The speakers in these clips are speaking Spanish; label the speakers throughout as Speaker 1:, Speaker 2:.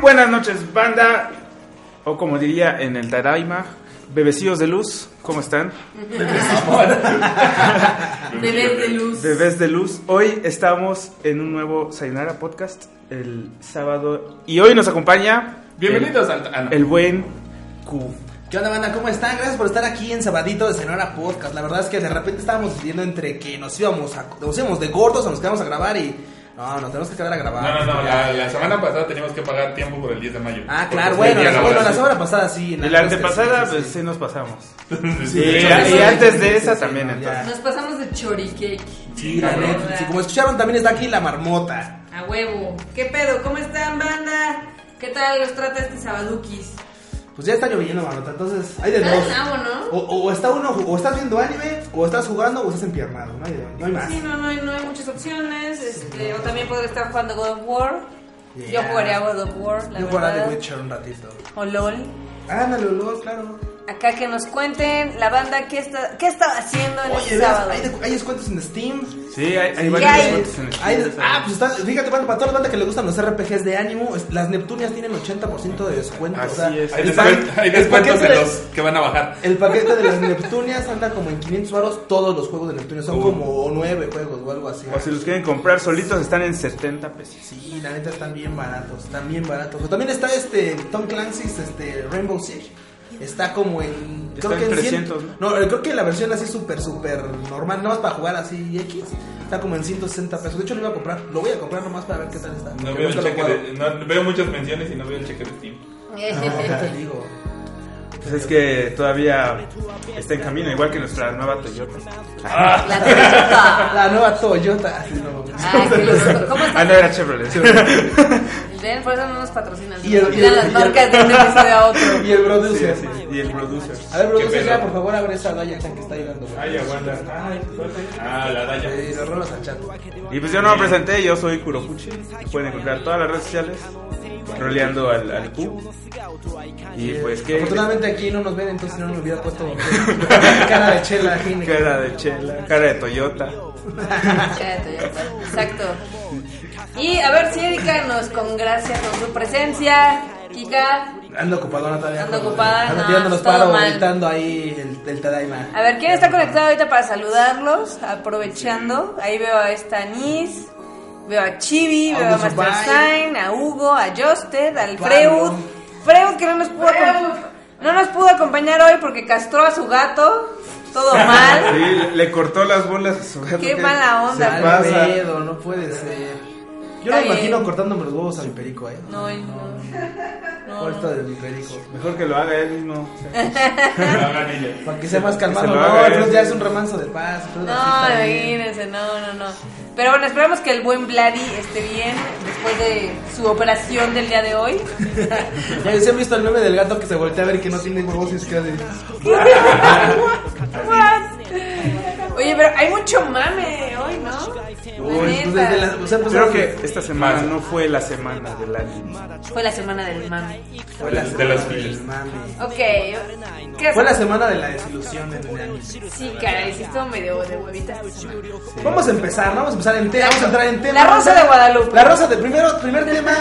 Speaker 1: buenas noches, banda. O como diría en el Taraima, bebecillos de luz, ¿cómo están?
Speaker 2: Bebés de luz.
Speaker 1: Bebés de luz. Hoy estamos en un nuevo Sayonara Podcast el sábado. Y hoy nos acompaña.
Speaker 3: Bienvenidos al. ah, no.
Speaker 1: El, el buen Q.
Speaker 4: ¿Qué onda, banda? ¿Cómo están? Gracias por estar aquí en Sabadito de Senora Podcast. La verdad es que de repente estábamos decidiendo entre que nos íbamos a, nos íbamos de gordos o nos quedamos a grabar y. No, nos tenemos que quedar a grabar.
Speaker 3: No, no, no, la, la semana pasada teníamos que pagar tiempo por el 10 de mayo.
Speaker 4: Ah,
Speaker 3: Porque
Speaker 4: claro,
Speaker 3: fue el
Speaker 4: bueno,
Speaker 3: día
Speaker 4: la,
Speaker 3: laboral.
Speaker 4: bueno, la semana pasada sí. en
Speaker 1: Y la antepasada,
Speaker 4: sí,
Speaker 1: pues
Speaker 4: sí,
Speaker 1: sí nos pasamos.
Speaker 3: Sí,
Speaker 1: Y,
Speaker 3: de hecho,
Speaker 1: a-
Speaker 3: sí.
Speaker 1: y antes de esa
Speaker 4: sí,
Speaker 1: también,
Speaker 4: no,
Speaker 1: entonces.
Speaker 2: Nos pasamos de choricake.
Speaker 4: sí, la neta. Sí, como escucharon, también está aquí la marmota.
Speaker 2: A huevo. ¿Qué pedo? ¿Cómo están, banda? ¿Qué tal los trata este sabadukis?
Speaker 4: Pues ya está lloviendo, marmota, entonces hay de
Speaker 2: Está
Speaker 4: Este dos. Oh,
Speaker 2: del nabo, Ah, ¿no?
Speaker 4: O, o está uno, o estás viendo anime, o estás jugando, o estás empiernado. No hay, de- no hay más.
Speaker 2: Sí, no, no, hay- no hay muchas opciones. Este, o también podría estar jugando God of War. Yo
Speaker 4: Yeah.
Speaker 2: jugaría God of War, la
Speaker 4: Yo jugaré
Speaker 2: verdad.
Speaker 4: de Witcher un ratito.
Speaker 2: o LOL.
Speaker 4: Ándale, luego, claro.
Speaker 2: Acá que nos cuenten la banda qué está, qué está haciendo en
Speaker 4: Oye,
Speaker 2: el
Speaker 4: veas,
Speaker 2: sábado.
Speaker 4: hay, de- hay descuentos en Steam.
Speaker 1: Sí, hay, hay
Speaker 4: Sí,
Speaker 1: varios
Speaker 2: hay.
Speaker 1: descuentos en el
Speaker 4: Hay-
Speaker 1: Steam, ¿sabes?
Speaker 4: ah, pues está, fíjate, bueno, para toda la banda que le gustan los RPGs de ánimo, es- las Neptunias tienen 80% de descuento. o sea,
Speaker 1: Así es.
Speaker 3: Hay
Speaker 4: el
Speaker 3: descuent-
Speaker 4: pa-
Speaker 3: hay
Speaker 4: el
Speaker 3: descuentos
Speaker 4: paquete
Speaker 3: de
Speaker 4: de-
Speaker 3: los que van a bajar.
Speaker 4: El paquete de las Neptunias anda como en 500 varos todos los juegos de Neptunias. Son
Speaker 1: Uh.
Speaker 4: como 9 juegos o algo así.
Speaker 1: O si los quieren comprar solitos, están en 70 pesos.
Speaker 4: Sí, la neta están bien baratos, están bien baratos. Pero también está este Tom Clancy's este Rainbow Six. Está como en
Speaker 1: Está en 300,
Speaker 4: ¿no? eh, creo que la versión así súper súper normal, nada más para jugar así X, está como en 160 pesos. De hecho lo iba a comprar, lo voy a comprar nomás para ver qué tal está.
Speaker 3: No
Speaker 4: porque
Speaker 3: veo,
Speaker 4: nunca
Speaker 3: el
Speaker 4: lo he
Speaker 3: cheque
Speaker 4: jugado.
Speaker 3: de- no- veo muchas menciones y no veo el cheque de Steam.
Speaker 4: No, ya te digo.
Speaker 1: Pues es que todavía está en camino, igual que nuestra nueva Toyota.
Speaker 2: La Toyota.
Speaker 4: La nueva Toyota. así no.
Speaker 2: Ay, qué loco. ¿Cómo
Speaker 1: Ah, no,
Speaker 2: está?
Speaker 1: era Chevrolet.
Speaker 2: Ven, por eso no nos patrocinan.
Speaker 4: Y el-
Speaker 2: Nos quitan
Speaker 4: y el-
Speaker 2: las marcas de un episodio a otro.
Speaker 4: Y el
Speaker 1: Sí,
Speaker 4: producer.
Speaker 1: así es. Y el producer.
Speaker 4: A ver, producer,
Speaker 3: pedo.
Speaker 4: ya, por favor, abre esa Daya Chan que está llegando. güey.
Speaker 3: Ay, aguanta. Ay, Ah, la Daya.
Speaker 4: Eh, los rolos al chat.
Speaker 1: Y pues yo no me presenté, yo soy Kurofuchi. Pueden encontrar todas las redes sociales roleando al, al Q. Y pues que
Speaker 4: Afortunadamente aquí no nos ven, entonces no me hubiera puesto cara de chela. Gine.
Speaker 1: cara de chela, cara de Toyota.
Speaker 2: Ya, Toyota. Exacto. Y a ver si Erika nos congracia con su presencia. Kika.
Speaker 4: Ando ocupadona todavía.
Speaker 2: Ando ocupada,
Speaker 4: Ando
Speaker 2: no,
Speaker 4: tirando los
Speaker 2: todo
Speaker 4: paros,
Speaker 2: mal.
Speaker 4: gritando ahí el, el Tadaima.
Speaker 2: A ver, ¿quién está conectado ahorita para saludarlos? Aprovechando. Ahí veo a esta Anis. Veo a Chibi,
Speaker 4: A
Speaker 2: veo a
Speaker 4: Hugo
Speaker 2: Master
Speaker 4: Zubai.
Speaker 2: Sign, a Hugo, a Justed, al
Speaker 4: Pablo.
Speaker 2: Freud. Freud que no nos pudo, acom- no nos pudo acompañar hoy porque castró a su gato. Todo mal.
Speaker 1: Sí, le- le cortó las bolas a su gato. que
Speaker 2: Qué mala onda.
Speaker 1: Se
Speaker 4: Ay,
Speaker 1: pasa.
Speaker 4: pedo, no puede ser. Yo no
Speaker 2: Está
Speaker 4: me
Speaker 2: bien.
Speaker 4: imagino cortándome los huevos a mi perico, eh.
Speaker 2: No, no. No,
Speaker 4: Por
Speaker 2: no.
Speaker 4: esto de mi perico.
Speaker 1: Mejor que lo haga él mismo.
Speaker 3: La hagan ella.
Speaker 4: Para que sea más calmado.
Speaker 1: lo
Speaker 4: No,
Speaker 1: haga
Speaker 4: el Ruth
Speaker 1: él.
Speaker 4: ya es un remanso de paz. Ruth así
Speaker 2: No,
Speaker 4: está bien.
Speaker 2: imagínense, no, no, no. Pero bueno, esperamos que el buen Vladi esté bien después de su operación del día de hoy.
Speaker 4: Oye, ¿sí han visto el meme del gato que se voltea a ver que no tiene huevos y se queda de...
Speaker 2: Oye, pero hay mucho mame hoy, ¿no?
Speaker 4: Uy,
Speaker 2: La
Speaker 4: pues
Speaker 2: neta.
Speaker 4: desde la... O sea, pues
Speaker 1: Creo que
Speaker 4: desde-
Speaker 1: esta semana no fue la semana del anime.
Speaker 2: Fue la semana del mame.
Speaker 4: Fue la
Speaker 3: De
Speaker 4: semana
Speaker 3: las
Speaker 4: del
Speaker 3: filas.
Speaker 4: mame.
Speaker 2: Ok. ¿Qué
Speaker 4: Fue la semana de la desilusión en el anime.
Speaker 2: Sí, caray, sí estuvo medio de huevita.
Speaker 4: Vamos a empezar, vamos a empezar en tema, vamos a entrar en tema.
Speaker 2: La Rosa de Guadalupe.
Speaker 4: La rosa de primero, primer tema,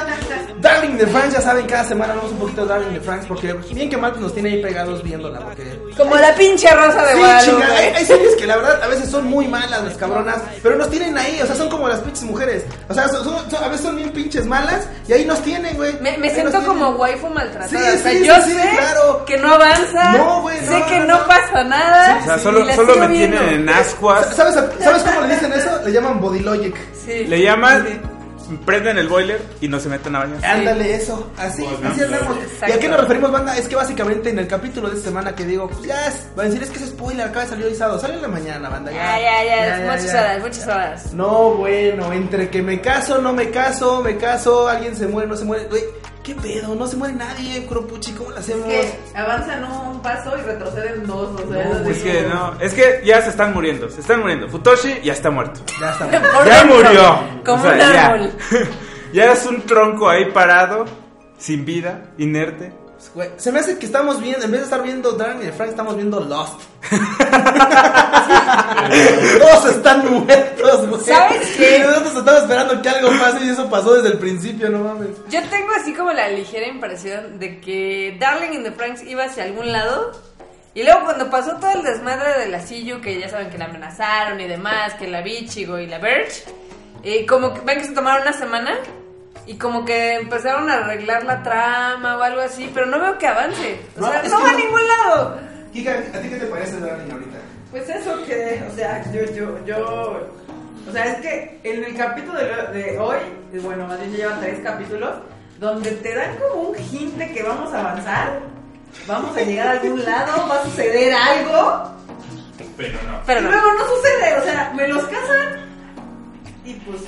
Speaker 4: Darling de France, ya saben, cada semana hablamos un poquito de Darling de France porque bien que mal pues, nos tiene ahí pegados viéndola porque
Speaker 2: Como la pinche Rosa de
Speaker 4: Sí,
Speaker 2: Guadalupe.
Speaker 4: chinga, hay, hay series que la verdad a veces son muy malas las cabronas, pero nos tienen ahí, o sea, son como las pinches mujeres. O sea, son- son- son- a veces son bien pinches malas y ahí nos tienen, güey.
Speaker 2: Me, me
Speaker 4: Ahí
Speaker 2: siento
Speaker 4: nos
Speaker 2: como
Speaker 4: tienen.
Speaker 2: waifu maltratada.
Speaker 4: Sí,
Speaker 2: o sea,
Speaker 4: sí,
Speaker 2: yo
Speaker 4: sí, sí,
Speaker 2: sé
Speaker 4: claro.
Speaker 2: que no avanza.
Speaker 4: No, güey,
Speaker 2: sé
Speaker 4: no,
Speaker 2: que no,
Speaker 4: no, no.
Speaker 2: pasa nada.
Speaker 1: O sea,
Speaker 2: y
Speaker 1: solo,
Speaker 2: la
Speaker 1: solo
Speaker 2: sigo
Speaker 1: me
Speaker 2: viendo.
Speaker 1: tienen en ascuas.
Speaker 4: ¿Sabes, a- ¿Sabes cómo le dicen eso? Le llaman body logic.
Speaker 2: Sí.
Speaker 1: Le llaman, prenden el boiler y no se meten a bañar.
Speaker 4: Ándale, eso, así,
Speaker 3: Pues,
Speaker 4: así
Speaker 3: ¿no?
Speaker 4: andamos.
Speaker 2: Exacto.
Speaker 4: ¿Y a qué nos referimos, banda? Es que básicamente en el capítulo de esta semana que digo, pues ya, es- van a decir, es que es spoiler, acaba de salir hoy sábado, sale en la mañana, banda.
Speaker 2: Ya, Ah, ya, ya,
Speaker 4: ya,
Speaker 2: Muchas
Speaker 4: ya.
Speaker 2: horas, muchas horas.
Speaker 4: No, bueno, entre que me caso, no me caso, me caso, alguien se muere, no se muere, güey, ¿qué pedo? No se muere nadie, Cropuchi, ¿cómo la hacemos?
Speaker 2: avanzan un paso y retroceden dos. O
Speaker 4: sea, No, es así.
Speaker 1: Es que no, es que ya se están muriendo, se están muriendo. Futoshi ya está muerto.
Speaker 4: Ya está.
Speaker 1: ya murió.
Speaker 2: Como
Speaker 1: O sea,
Speaker 2: un
Speaker 1: ya.
Speaker 2: árbol.
Speaker 1: Ya. eres un tronco ahí parado, sin vida, inerte.
Speaker 4: Pues, güey, se me hace que estamos viendo, en vez de estar viendo Darren y Frank, estamos viendo Lost. Todos están muertos, güey.
Speaker 2: ¿Sabes qué?
Speaker 4: Nosotros estamos esperando que algo pase y eso pasó desde el principio, no mames.
Speaker 2: Yo tengo así como la ligera impresión de que Darling in the Franks iba hacia algún lado. Y luego cuando pasó todo el desmadre de la Siyu, que ya saben que la amenazaron y demás, que la Bichigo y la Birch, eh, como que ven que se tomaron una semana y como que empezaron a arreglar la trama o algo así, pero no veo que avance. O
Speaker 4: No,
Speaker 2: sea,
Speaker 4: es
Speaker 2: no
Speaker 4: que
Speaker 2: va a
Speaker 4: no-
Speaker 2: ningún lado.
Speaker 4: Kika, ¿a ti qué te parece Darling ahorita?
Speaker 5: Pues eso que, o sea, yo, yo, yo, o sea, es que en el capítulo de, lo- de hoy, y bueno, más bien ya llevan tres capítulos, donde te dan como un hint de que vamos a avanzar, vamos a llegar a algún lado, va a suceder algo,
Speaker 3: Pero no.
Speaker 2: Pero
Speaker 5: y
Speaker 2: no.
Speaker 5: luego no sucede, o sea, me los casan y pues,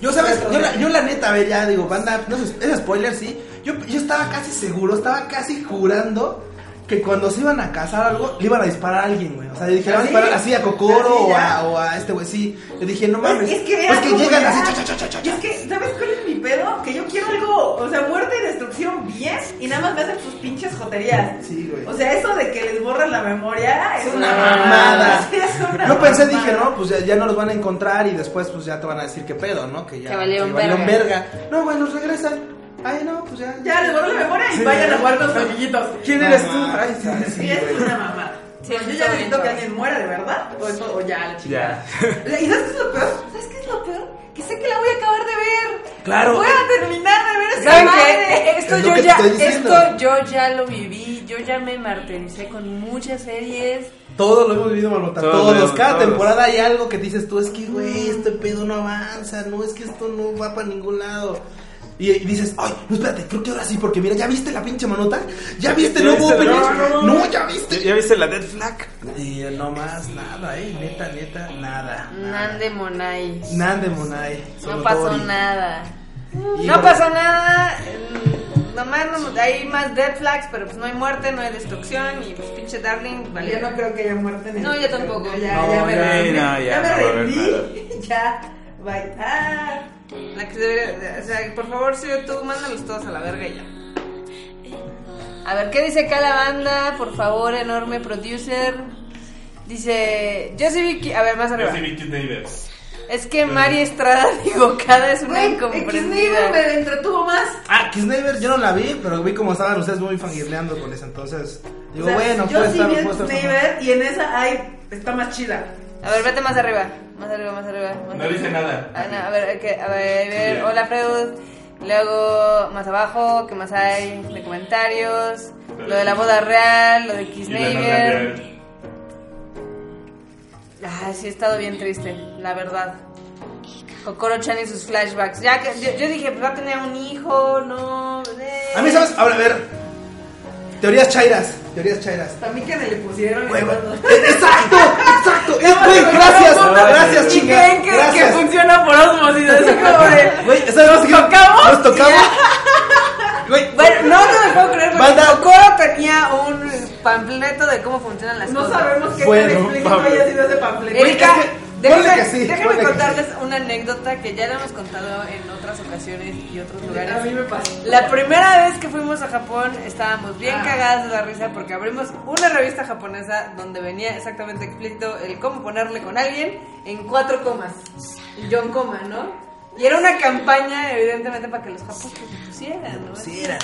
Speaker 4: Yo, ¿sabes? Yo la, yo la neta, a ver, ya digo, banda, no sé, es spoiler, sí. Yo, yo estaba casi seguro, estaba casi jurando que cuando se iban a casar o algo, le iban a disparar a alguien, güey. O sea, le dije, le van a
Speaker 5: ¿Así?
Speaker 4: disparar así a Kokoro
Speaker 5: ¿Así
Speaker 4: o
Speaker 5: ¿Ah, ya?
Speaker 4: a, o a este güey, sí. Le dije, no mames.
Speaker 5: es que
Speaker 4: pues
Speaker 5: vean
Speaker 4: que
Speaker 5: cómo
Speaker 4: llegan
Speaker 5: ya-
Speaker 4: así, cha, cha, cha, cha,
Speaker 5: Y
Speaker 4: cha.
Speaker 5: es que, ¿sabes cuál es mi pedo? Que yo quiero algo, o sea, muerte y destrucción bien, y nada más me hacen sus pinches joterías.
Speaker 4: Sí, güey.
Speaker 5: O sea, eso de que les borran la memoria es, una
Speaker 4: mamada.
Speaker 5: Sí, es una
Speaker 4: Yo pensé,
Speaker 5: mamada.
Speaker 4: dije, no, pues ya, ya no los van a encontrar y después pues ya te van a decir qué pedo, ¿no? Que ya
Speaker 2: Que valieron
Speaker 4: verga. No, güey, los regresan. Ay, no, pues ya.
Speaker 5: Ya les borró la memoria y
Speaker 4: Sí.
Speaker 5: vayan a jugar con sus amiguitos.
Speaker 4: ¿Quién
Speaker 5: No
Speaker 4: eres tú?
Speaker 5: mames.
Speaker 4: Ay, Ah, sí, sí,
Speaker 5: Sí, es
Speaker 4: güey.
Speaker 5: una mamada.
Speaker 2: Sí,
Speaker 5: yo
Speaker 2: está
Speaker 5: ya necesito
Speaker 2: bien,
Speaker 5: que
Speaker 2: chavos.
Speaker 5: alguien muera de verdad. O, eso, o ya, la chingada.
Speaker 1: Ya.
Speaker 5: ¿Y sabes qué es lo peor? ¿Sabes qué es lo peor? Que sé que la voy a acabar de ver.
Speaker 4: Claro.
Speaker 5: Voy a terminar de ver esa
Speaker 2: ¿Saben
Speaker 5: madre.
Speaker 2: qué? Esto
Speaker 4: Es lo
Speaker 2: yo
Speaker 4: que te
Speaker 2: ya,
Speaker 4: estoy diciendo.
Speaker 2: esto yo ya lo viví, yo ya me martiricé con muchas series.
Speaker 4: Todos lo hemos vivido, Marmota.
Speaker 1: Todos,
Speaker 4: Todos.
Speaker 1: todos.
Speaker 4: Cada temporada hay algo que dices tú, es que, güey, este pedo no avanza, no, es que esto no va para ningún lado. Y, y dices, ay, no, espérate, creo que ahora sí, porque mira, ¿ya viste la pinche manota? ¿Ya viste el
Speaker 1: ¿Ya
Speaker 4: nuevo
Speaker 1: viste?
Speaker 4: opening?
Speaker 1: No, no, no.
Speaker 4: ya
Speaker 1: ¿Ya,
Speaker 4: viste.
Speaker 1: ya viste la Dead Flag?
Speaker 4: Y eh, no más, nada, eh, neta, neta, nada.
Speaker 2: Nande Monai.
Speaker 4: Nande Monai.
Speaker 2: No
Speaker 4: Solo
Speaker 2: pasó
Speaker 4: Dory.
Speaker 2: nada.
Speaker 4: Híjole.
Speaker 2: No pasó nada. mm, Nomás no- hay más dead flags, pero pues no hay muerte, no hay destrucción y pues pinche Darling valió.
Speaker 5: Yo no creo que haya muerte en el
Speaker 2: No, yo tampoco.
Speaker 5: Yo ya,
Speaker 1: No,
Speaker 5: ya me
Speaker 1: ya,
Speaker 5: rendí.
Speaker 1: no, ya,
Speaker 5: ya
Speaker 1: no
Speaker 5: me
Speaker 1: va a haber
Speaker 5: rendí. Ya. Bye. Ah.
Speaker 2: La que se debería- o sea, por favor, si tú mándalos todos a la verga y ya. A ver, ¿qué dice acá la banda? Por favor, enorme producer. Dice, yo sí vi que... A ver, más
Speaker 3: Yo
Speaker 2: arriba.
Speaker 3: sí vi Keith Davis.
Speaker 2: Es que Mari Estrada digo, cada es una
Speaker 5: Güey, X-Neighbor
Speaker 2: incomprendida.
Speaker 5: me entretuvo más.
Speaker 4: Ah, Kisneiver, yo no la vi, pero vi como estaban ustedes muy fangirleando con eso, entonces. Digo,
Speaker 5: O sea,
Speaker 4: bueno,
Speaker 5: yo
Speaker 4: puede
Speaker 5: sí
Speaker 4: estar,
Speaker 5: vi
Speaker 4: puede estar.
Speaker 5: X-Neighbor y en esa hay, está más chida.
Speaker 2: A ver, vete más arriba. Más arriba, más arriba. más
Speaker 3: No
Speaker 2: arriba.
Speaker 3: dice nada.
Speaker 2: Ah, no, a ver, que- a ver, a ver,
Speaker 3: Sí.
Speaker 2: hola Freud. Luego, más abajo, ¿qué más hay de comentarios? Lo de la boda real, lo de
Speaker 3: Y la novia
Speaker 2: Kisneiger.
Speaker 3: real.
Speaker 2: Ay, sí, he estado bien triste, la verdad. Kokoro-chan y sus flashbacks. Ya que, yo, yo dije, pues va a tener un hijo, no. eh.
Speaker 4: A mí, ¿sabes? Ahora, a ver. Teorías chairas. Teorías chairas.
Speaker 5: A mí que me le pusieron.
Speaker 4: Güey,
Speaker 5: el
Speaker 4: güey.
Speaker 5: gordo.
Speaker 4: Eh, Exacto, exacto. Es, güey, gracias, gracias,
Speaker 2: Y
Speaker 4: chinga.
Speaker 2: creen que, que
Speaker 4: Gracias.
Speaker 2: funciona por osmosis, así como de.
Speaker 4: Güey, ¿sabes qué?
Speaker 2: ¿Tocamos?
Speaker 4: Nos tocamos. Güey,
Speaker 2: Bueno, no, no me puedo creer, porque
Speaker 4: Banda-
Speaker 2: Kokoro tenía un panfleto de cómo funcionan las
Speaker 5: No
Speaker 2: cosas.
Speaker 5: sabemos qué
Speaker 4: Bueno,
Speaker 5: tan explícito
Speaker 1: Pablo.
Speaker 5: haya sido ese panfleto.
Speaker 4: Güey,
Speaker 2: Erika,
Speaker 4: es que-
Speaker 2: déjame,
Speaker 4: ponle que sí,
Speaker 2: déjame
Speaker 4: ponle que
Speaker 2: contarles una anécdota que ya la hemos contado en otras ocasiones y otros lugares.
Speaker 5: A mí me pasó.
Speaker 2: La primera vez que fuimos a Japón estábamos bien
Speaker 5: Ah.
Speaker 2: cagadas de la risa porque abrimos una revista japonesa donde venía exactamente explícito el cómo ponerle con alguien en cuatro comas. Y Yo en coma, ¿no? Y era una campaña, evidentemente, para que los japoneses lo pusieran, ¿no?
Speaker 4: Sí, era.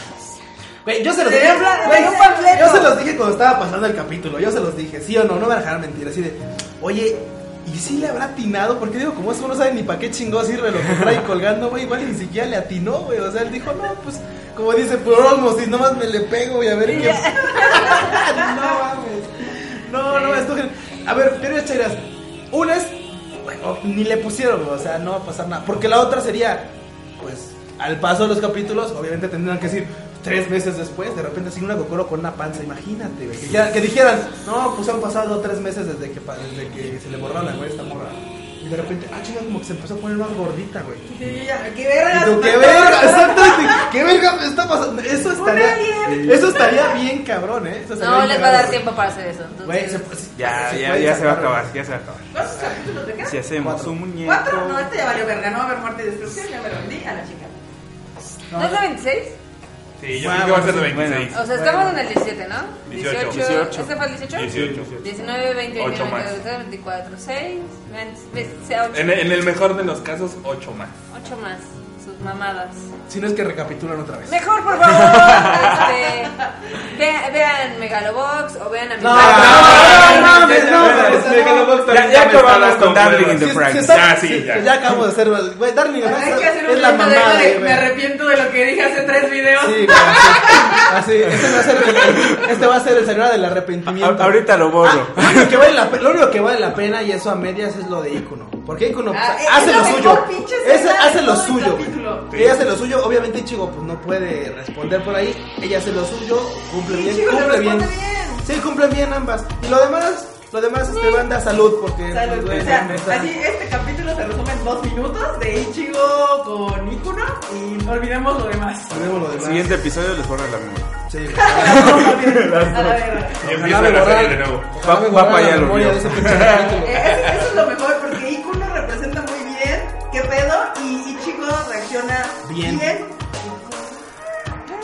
Speaker 4: Güey, yo se los
Speaker 2: Te
Speaker 4: dije.
Speaker 2: habla- te
Speaker 4: güey,
Speaker 2: habla un panfleto.
Speaker 4: yo se los dije cuando estaba pasando el capítulo. Yo se los dije, sí o no, no me dejarán mentir. Así de, oye, ¿y si le habrá atinado? Porque digo, como eso no sabe ni para qué chingó sirve lo que trae colgando, güey. Igual ni siquiera le atinó, güey. O sea, él dijo, no, pues, como dice, por osmosis, nomás me le pego y a ver qué. no mames. No, no, esto. A ver, teorías chairas. Una es, bueno, ni le pusieron, güey, o sea, no va a pasar nada. Porque la otra sería, pues, al paso de los capítulos, obviamente tendrían que decir, tres meses después, de repente sin una Kokoro con una panza, imagínate, güey. Que, ya- que dijeran, no, pues han pasado tres meses desde que, pa- desde que se le borraron la güey a esta morra. Y de repente, ah, chinga, como que se empezó a poner más gordita, güey.
Speaker 5: Y yo ya, ¡Qué verga!
Speaker 4: Y tú, ¿Qué verga? Exactamente. ¿Qué verga me está pasando? Eso estaría,
Speaker 5: alien.
Speaker 4: eso estaría bien cabrón, ¿eh? Eso estaría
Speaker 2: No
Speaker 4: bien
Speaker 2: les va a
Speaker 4: cagado.
Speaker 2: dar tiempo para hacer eso. entonces-
Speaker 4: Güey, se- se-
Speaker 1: Ya,
Speaker 4: se
Speaker 1: ya,
Speaker 4: puede
Speaker 1: ya se va a
Speaker 4: sacar, güey.
Speaker 1: acabar, ya se va a acabar.
Speaker 5: ¿Cuántos capítulos te
Speaker 1: Si
Speaker 5: quedan?
Speaker 1: hacemos
Speaker 4: Cuatro.
Speaker 1: un muñeco.
Speaker 5: ¿Cuatro? No, este ya valió verga. No va a haber muerte y destrucción. Ya me rendí a la chica.
Speaker 2: ¿No es la 26?
Speaker 3: Sí, yo
Speaker 4: Ah,
Speaker 3: creo que va a ser de
Speaker 4: bueno,
Speaker 3: 26.
Speaker 2: O sea, estamos en el 17, ¿no?
Speaker 3: 18.
Speaker 6: 18.
Speaker 2: ¿Este fue el 18?
Speaker 3: 18.
Speaker 2: 19, 20,
Speaker 3: Ocho
Speaker 2: 21,
Speaker 3: más.
Speaker 2: 22, 24, 6, 8,
Speaker 3: En, en el mejor de los casos, 8 más.
Speaker 2: más. Sus mamadas.
Speaker 4: Si no es que recapitulan otra vez.
Speaker 2: Mejor, por favor, este, vea- vean Megalobox o vean a mi
Speaker 4: No,
Speaker 1: Ah,
Speaker 2: padre.
Speaker 4: no, no, no,
Speaker 1: Ya,
Speaker 4: no,
Speaker 1: ya,
Speaker 4: no,
Speaker 1: ya, ya,
Speaker 4: no, no,
Speaker 1: ya, ya,
Speaker 3: no,
Speaker 1: ya
Speaker 3: no,
Speaker 1: acabamos
Speaker 3: no,
Speaker 1: con
Speaker 3: no,
Speaker 1: Darling
Speaker 3: no,
Speaker 1: in the
Speaker 4: Si- si
Speaker 1: Franks.
Speaker 4: está-
Speaker 3: Ya, sí,
Speaker 4: si-
Speaker 3: ya.
Speaker 4: acabamos de hacerlo. el- Güey, Darling,
Speaker 5: Hay que hacer un
Speaker 4: es la
Speaker 5: reto de,
Speaker 4: mamada.
Speaker 5: de-
Speaker 4: güey.
Speaker 5: me arrepiento de lo que dije hace tres videos.
Speaker 4: Sí, güey, así. Así, este va a ser el, este va a ser el señora del arrepentimiento.
Speaker 6: A- ahorita lo borro.
Speaker 4: Ah, Lo único, que vale la, pe- lo único que vale la pena y eso a medias es lo de Icono. Porque Icono pues,
Speaker 5: Ah, es-
Speaker 4: hace
Speaker 5: es
Speaker 4: lo
Speaker 5: la
Speaker 4: suyo.
Speaker 5: mejor pinche
Speaker 4: Ese-
Speaker 5: escena
Speaker 4: hace
Speaker 5: de
Speaker 4: lo
Speaker 5: todo el
Speaker 4: suyo, güey.
Speaker 5: capítulo.
Speaker 4: Ella hace lo suyo. Obviamente Chigo pues no puede responder por ahí. Ella hace lo suyo, cumple
Speaker 5: Sí,
Speaker 4: bien,
Speaker 5: Ichigo le
Speaker 4: cumple bien.
Speaker 5: responde
Speaker 4: Sí, cumple bien ambas. Y lo demás, lo demás este banda salud porque
Speaker 5: Salud.
Speaker 4: pues,
Speaker 5: O sea,
Speaker 4: güey,
Speaker 5: así este capítulo se resume en dos minutos de Ichigo con Ikuno y olvidemos lo demás.
Speaker 4: Tenemos lo demás.
Speaker 1: Siguiente episodio les borra la memoria.
Speaker 4: Sí.
Speaker 5: A la verga.
Speaker 4: Ojalá
Speaker 3: Y empieza la
Speaker 4: borrar-
Speaker 3: serie de nuevo.
Speaker 4: ojalá me
Speaker 1: Guapa
Speaker 4: borrara
Speaker 1: ya
Speaker 4: la
Speaker 1: lo
Speaker 4: memoria
Speaker 1: vio.
Speaker 4: de ese pinche capítulo.
Speaker 5: Eh, Eso, eso es lo mejor porque Ikuno representa muy bien qué pedo y Ichigo reacciona
Speaker 4: Bien.
Speaker 5: bien.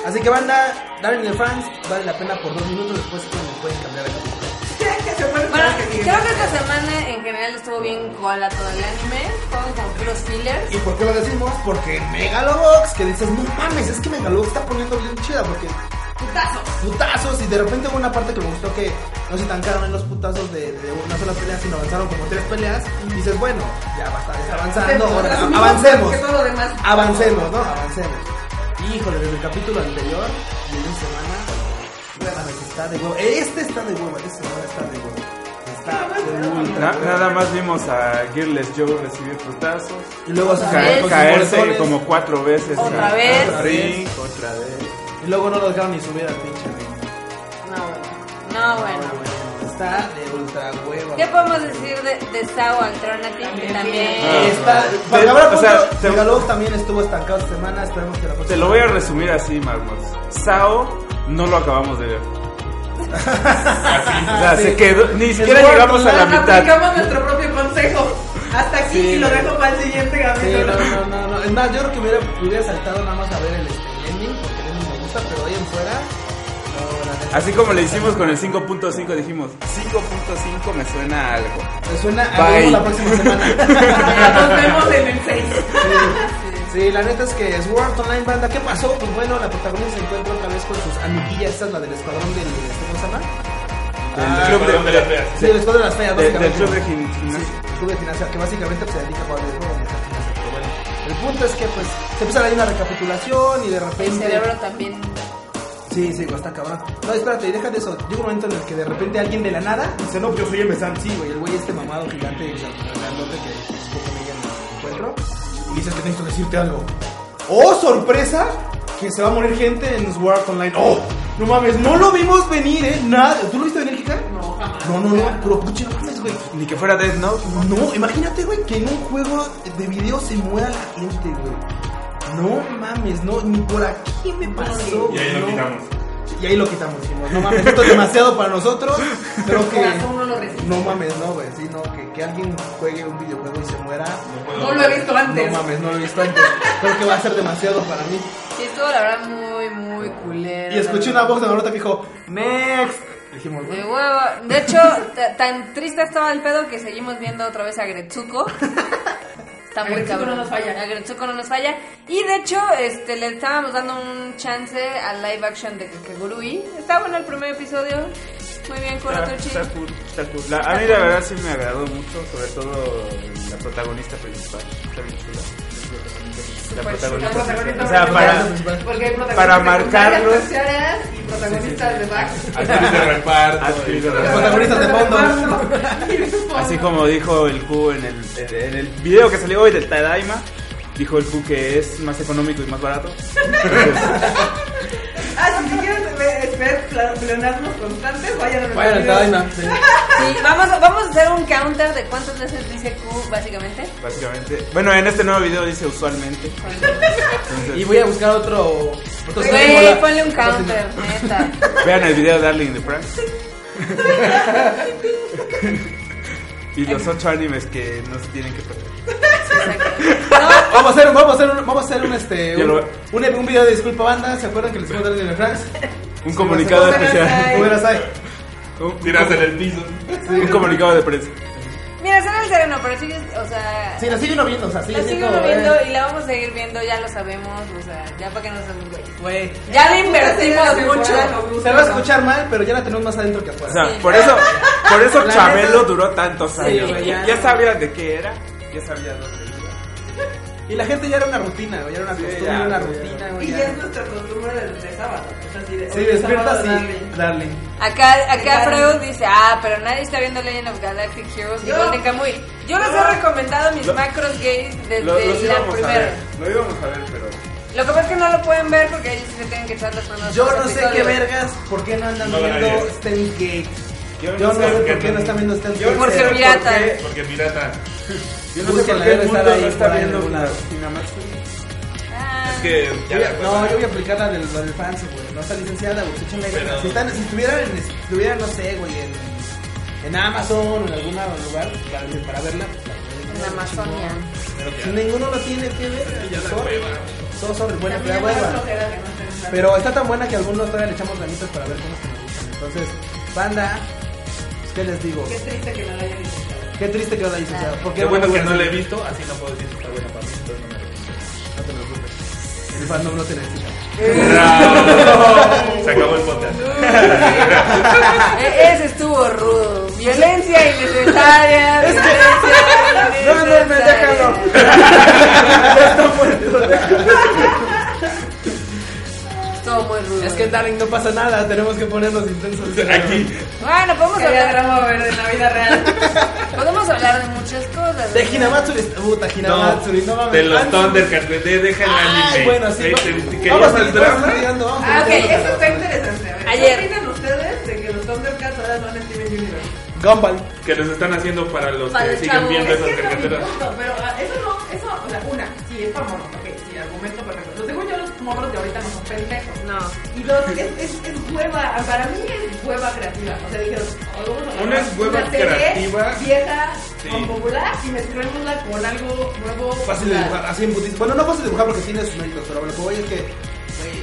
Speaker 4: Así que banda, Darren y Franz vale la pena por dos minutos después que me pueden cambiar de capítulo.
Speaker 5: Que se
Speaker 2: Bueno,
Speaker 5: muere todo lo que sigue.
Speaker 2: creo que esta semana en general estuvo bien cola todo el anime. Fueron como puros fillers.
Speaker 4: ¿Y por qué lo decimos? Porque Megalobox, que dices, no mames, es que Megalobox está poniendo bien chida porque
Speaker 5: Putazos.
Speaker 4: putazos y de repente hubo una parte que me gustó que no se tancaron en los putazos de, de una sola pelea, sino avanzaron como tres peleas y dices, bueno, ya basta, ya está avanzando, ahora
Speaker 5: Asumimos
Speaker 4: avancemos.
Speaker 5: Que todo lo demás.
Speaker 4: Avancemos, ¿no? Avancemos. Híjole, desde el capítulo anterior, de una semana, no mames, está de huevo. Este está de huevo, este semana está de huevo. Está de ultra
Speaker 1: Na-
Speaker 4: huevo.
Speaker 1: nada más vimos a Girles Joe recibir putazos.
Speaker 4: Y luego se
Speaker 1: ca-
Speaker 4: cayó con sus
Speaker 1: caerse
Speaker 4: bolsones,
Speaker 1: como cuatro veces.
Speaker 2: Otra
Speaker 1: Ah,
Speaker 2: vez.
Speaker 1: otra vez, otra vez.
Speaker 4: Y luego no lo dejaron ni subir al pinche ring.
Speaker 2: No, bueno. No, bueno.
Speaker 4: Está de ultra huevo.
Speaker 2: ¿Qué podemos decir de, de Sao Alternative? Que también.
Speaker 4: Eh, Está,
Speaker 1: Pero,
Speaker 4: para
Speaker 1: ah. o sea,
Speaker 4: punto,
Speaker 1: te-
Speaker 4: Megalog también estuvo estancado esta semana, esperemos que la próxima.
Speaker 1: Te lo voy a resumir así, Marmot. Sao no lo acabamos de ver. o sea, se quedó, ni siquiera
Speaker 4: muerto,
Speaker 1: llegamos a la
Speaker 4: ¿no?
Speaker 1: mitad.
Speaker 5: Aplicamos nuestro propio consejo. Hasta aquí
Speaker 4: Sí,
Speaker 5: y lo
Speaker 4: no.
Speaker 5: dejo para el siguiente
Speaker 4: Sí,
Speaker 5: capítulo.
Speaker 4: no, no, no, no. Es más, yo creo que hubiera, hubiera saltado nada más a ver el, este, el ending, porque el ending me gusta, pero de ahí en fuera. No, la neta.
Speaker 1: Así como le hicimos con el 5.5, dijimos, 5.5 me suena a algo.
Speaker 4: Me suena a
Speaker 1: Bye.
Speaker 4: vemos la próxima semana.
Speaker 5: Nos vemos en el 6.
Speaker 4: Sí, la neta es que Sword Online Banda, ¿qué pasó? Pues bueno, la protagonista se encuentra otra vez con sus amiguillas, esta es la del escuadrón del. este, ¿Cómo se llama? Ah,
Speaker 1: club
Speaker 3: Perdón de las feas.
Speaker 4: Sí, el escuadrón de las feas,
Speaker 1: De- del
Speaker 4: básicamente.
Speaker 1: club de gim- gimnasia.
Speaker 4: el club de gimnasia, que básicamente pues, se dedica a jugar de juego, mujer gimnasia, pero bueno. El punto es que pues se empieza a dar una recapitulación y de repente.
Speaker 2: El cerebro también.
Speaker 4: Sí, sí, güey, está cabrón. No, espérate, deja de eso. Llega un momento en el que de repente alguien de la nada dice, no, yo soy el mesán. Sí, güey, el güey este mamado gigante y grandote que estuvo con ella en el encuentro. Y dice que necesito decirte algo. ¡Oh, sorpresa! Que se va a morir gente en Sword Online. ¡Oh! No mames, no lo vimos venir, ¿eh? Nada. ¿Tú lo viste venir, Kika? No, jamás. No, no, no, pero puche, no mames, güey.
Speaker 1: Ni que fuera Death Note. ¿no?
Speaker 4: No, imagínate, güey, que en un juego de video se muera la gente, güey. No mames, no, ni por aquí me pasó,
Speaker 3: Y ahí
Speaker 4: güey,
Speaker 3: lo
Speaker 4: no.
Speaker 3: quitamos.
Speaker 4: Y ahí lo quitamos, dijimos, no mames, esto es demasiado para nosotros. Creo que.
Speaker 5: Corazón no lo resiste.
Speaker 4: No mames, no, güey. Sí, no, que, que alguien juegue un videojuego y se muera.
Speaker 3: No
Speaker 5: No
Speaker 3: puedo.
Speaker 5: lo he visto antes.
Speaker 4: No mames, no lo he visto antes. Creo que va a ser demasiado para mí.
Speaker 2: Sí, estuvo la verdad muy, muy culero.
Speaker 4: Y escuché
Speaker 2: la
Speaker 4: una voz de Maruta que dijo, Next. Dijimos,
Speaker 2: De
Speaker 4: güey.
Speaker 2: huevo. De hecho, ta- tan triste estaba el pedo que seguimos viendo otra vez a Gretsuko. Está muy
Speaker 5: Gretsuko
Speaker 2: cabrón.
Speaker 5: no nos falla.
Speaker 2: A Gretsuko no nos falla. Y de hecho, este, le estábamos dando un chance al live action de Kakegurui. Está bueno el primer episodio. Muy bien,
Speaker 1: Está-
Speaker 2: Kurotochi.
Speaker 1: está cool, está cool. La- a mí la verdad sí me agradó mucho, sobre todo la protagonista principal. Está bien chula. La protagonista
Speaker 5: La protagonista
Speaker 1: principal. O sea, para,
Speaker 4: principal.
Speaker 5: porque hay protagonistas
Speaker 1: para marcarlos.
Speaker 5: secundarias, terciarias y protagonistas de back.
Speaker 3: Actriz de reparto.
Speaker 1: Actriz
Speaker 3: y-
Speaker 1: de reparto.
Speaker 4: protagonistas de fondo.
Speaker 5: Y de fondo.
Speaker 1: Así como dijo el Q en el, en el video que salió hoy del Tadaima, dijo el Q que es más económico y más barato.
Speaker 5: Ah, si quieres ver- ver pla- pleonasmos constantes, vayan a ver.
Speaker 4: Vayan al Tadaima. sí.
Speaker 2: Sí, vamos, a- vamos a hacer un counter de cuántas veces dice Q, básicamente.
Speaker 1: Básicamente. Bueno, en este nuevo video dice usualmente. Entonces,
Speaker 4: Y voy a buscar otro. otro
Speaker 2: Güey,
Speaker 4: símbolo.
Speaker 2: ponle un counter, neta.
Speaker 1: vean el video de Darling in the Franks. y los ocho animes que no se tienen que perder.
Speaker 2: Exacto. No,
Speaker 4: Vamos a hacer, vamos a hacer, un, vamos a hacer un, este,
Speaker 1: Yo
Speaker 4: un,
Speaker 1: lo-
Speaker 4: un, un video de disculpa banda. ¿Se acuerdan que les hicimos darle de Franks?
Speaker 1: Un comunicado
Speaker 5: Buenas
Speaker 1: especial.
Speaker 5: tardes.
Speaker 4: Buenas ahí.
Speaker 1: Un-
Speaker 3: Tiras en el piso.
Speaker 1: Un comunicado de prensa.
Speaker 2: Mira, será el sereno, pero sigue, o sea,
Speaker 4: Sí, la siguen viendo, o sea,
Speaker 2: la
Speaker 4: sigue
Speaker 2: sigo
Speaker 4: siendo,
Speaker 2: viendo
Speaker 4: eh,
Speaker 2: y la vamos a seguir viendo, ya lo sabemos, o sea, ya para que no seamos güeyes.
Speaker 4: Güey.
Speaker 2: Ya le invertimos mucho.
Speaker 4: Se va a escuchar mal, pero ya la tenemos más adentro que
Speaker 1: O
Speaker 4: afuera.
Speaker 1: sea, por eso, por eso
Speaker 4: La
Speaker 1: Chabelo
Speaker 4: neta-
Speaker 1: duró tantos años.
Speaker 4: güey,
Speaker 1: ya,
Speaker 4: ya
Speaker 1: ya
Speaker 4: no.
Speaker 1: sabía de qué era, ya sabía dónde iba.
Speaker 4: Y la gente ya era una rutina, güey, ya era una
Speaker 1: Sí,
Speaker 4: costumbre,
Speaker 1: ya,
Speaker 4: era una
Speaker 1: güey.
Speaker 4: rutina, güey.
Speaker 5: Y
Speaker 4: ya.
Speaker 5: ya es nuestra costumbre de, de sábado. Es así de.
Speaker 4: Sí,
Speaker 5: oye,
Speaker 4: despierta
Speaker 5: sábado,
Speaker 4: así,
Speaker 5: dale.
Speaker 4: darling.
Speaker 2: Acá, acá
Speaker 5: Claro.
Speaker 2: Freud dice, ah, pero nadie está viendo Legend of Galactic Heroes y
Speaker 5: Yo-
Speaker 2: Golden Kamuy. Yo les
Speaker 5: No.
Speaker 2: he recomendado mis
Speaker 1: Lo-
Speaker 2: macros gays desde
Speaker 1: Lo, los
Speaker 2: la
Speaker 1: íbamos a ver,
Speaker 2: primera.
Speaker 1: lo íbamos a ver, pero.
Speaker 2: Lo que pasa es que no lo pueden ver porque ellos sí se tienen que echar los primeros
Speaker 4: Yo
Speaker 2: dos
Speaker 4: no sé
Speaker 2: episodios.
Speaker 4: qué vergas, ¿por qué no andan
Speaker 3: No,
Speaker 4: viendo
Speaker 3: nadie.
Speaker 4: Steins Gate? Yo no sé por qué no están viendo Steins
Speaker 1: Yo
Speaker 4: Gate.
Speaker 1: no
Speaker 2: Porque
Speaker 1: sé por
Speaker 2: pirata.
Speaker 1: qué-
Speaker 3: Porque pirata.
Speaker 1: Yo no sé
Speaker 4: Búsquenla,
Speaker 1: por qué el
Speaker 4: debe
Speaker 1: mundo
Speaker 4: estar
Speaker 1: no
Speaker 4: ahí
Speaker 1: está
Speaker 4: por ahí
Speaker 1: viendo
Speaker 4: en algún
Speaker 1: la
Speaker 4: lado.
Speaker 1: Cinemax.
Speaker 2: Ah.
Speaker 3: Es que ya la cosa-
Speaker 4: No, yo voy a aplicar la del, la del fans, güey. No está licenciada, güey. Échenle
Speaker 3: Pero-
Speaker 4: ganas. Si, están, si estuvieran, en- si estuvieran, no sé, güey, en, en Amazon o en algún lugar para, para verla.
Speaker 2: En la Amazonia.
Speaker 3: Pero que-
Speaker 4: Si ninguno lo tiene que ver,
Speaker 3: Ya la
Speaker 4: sorry.
Speaker 3: hueva.
Speaker 4: Todo sobre bueno,
Speaker 5: También
Speaker 4: pero
Speaker 5: me da
Speaker 4: hueva.
Speaker 5: flojera que no estén en la-
Speaker 4: Pero está tan buena que algunos todavía le echamos ganitas para ver cosas que nos gustan. Entonces, banda, pues, ¿qué les digo?
Speaker 5: Qué triste que no la hayan visto.
Speaker 4: Qué triste que no la hayas escuchado. Porque
Speaker 3: Qué bueno que
Speaker 4: güey,
Speaker 3: no la he visto, así no puedo decir que está buena para mí. entonces no me la he visto.
Speaker 4: No te preocupes. El fandom no te necesita.
Speaker 3: Eh, Bravo. Se acabó el podcast.
Speaker 2: E- Ese estuvo rudo. Violencia innecesaria. violencia
Speaker 4: No, no, no,
Speaker 2: innecesaria.
Speaker 4: déjalo.
Speaker 2: Estuvo muy rudo.
Speaker 4: Es que en Darling no pasa nada, tenemos que ponernos intensos.
Speaker 3: Aquí.
Speaker 2: Bueno, podemos
Speaker 5: Sería
Speaker 2: hablar,
Speaker 5: drama ver en la vida real.
Speaker 2: podemos hablar de muchas cosas.
Speaker 4: De
Speaker 2: ¿no?
Speaker 4: Hinamatsuri, está- puta,
Speaker 3: No,
Speaker 4: Hinamatsuri, no, mames.
Speaker 3: de los
Speaker 4: Antes-
Speaker 3: Thundercats, güey, de- deja el
Speaker 4: Ay,
Speaker 3: anime.
Speaker 4: bueno, sí.
Speaker 3: Este,
Speaker 4: va-
Speaker 3: que
Speaker 4: vamos
Speaker 3: lleva
Speaker 4: a
Speaker 3: el drama.
Speaker 5: Ah, ok, eso está interesante. A ver,
Speaker 2: Ayer.
Speaker 5: ¿Qué opinan ustedes de que los Thundercats ahora son Steven Universe?
Speaker 4: Gumball.
Speaker 3: que los están haciendo para los
Speaker 2: Para
Speaker 3: que
Speaker 2: los
Speaker 3: siguen
Speaker 2: chavos.
Speaker 3: viendo
Speaker 5: Es
Speaker 3: esas
Speaker 5: que es lo
Speaker 3: caricaturas.
Speaker 5: mismo, pero ah, eso no, eso, o sea, una, sí, es famoso, ok, sí, argumento perfecto. Pero según yo, los morros de ahorita no son pendejos.
Speaker 2: No.
Speaker 5: Y dos, es, es, es hueva, ah, para mí es hueva creativa. O sea, dijeron, oh, vamos
Speaker 3: Una
Speaker 5: a agarrar
Speaker 3: es hueva
Speaker 5: serie
Speaker 3: creativa.
Speaker 5: vieja,
Speaker 3: Sí.
Speaker 5: con popular, y mezclémosla con algo nuevo.
Speaker 4: Fácil de
Speaker 5: popular.
Speaker 4: dibujar, así en putis. Bueno, no fácil de dibujar porque tiene sus méritos, pero lo que voy es que, güey,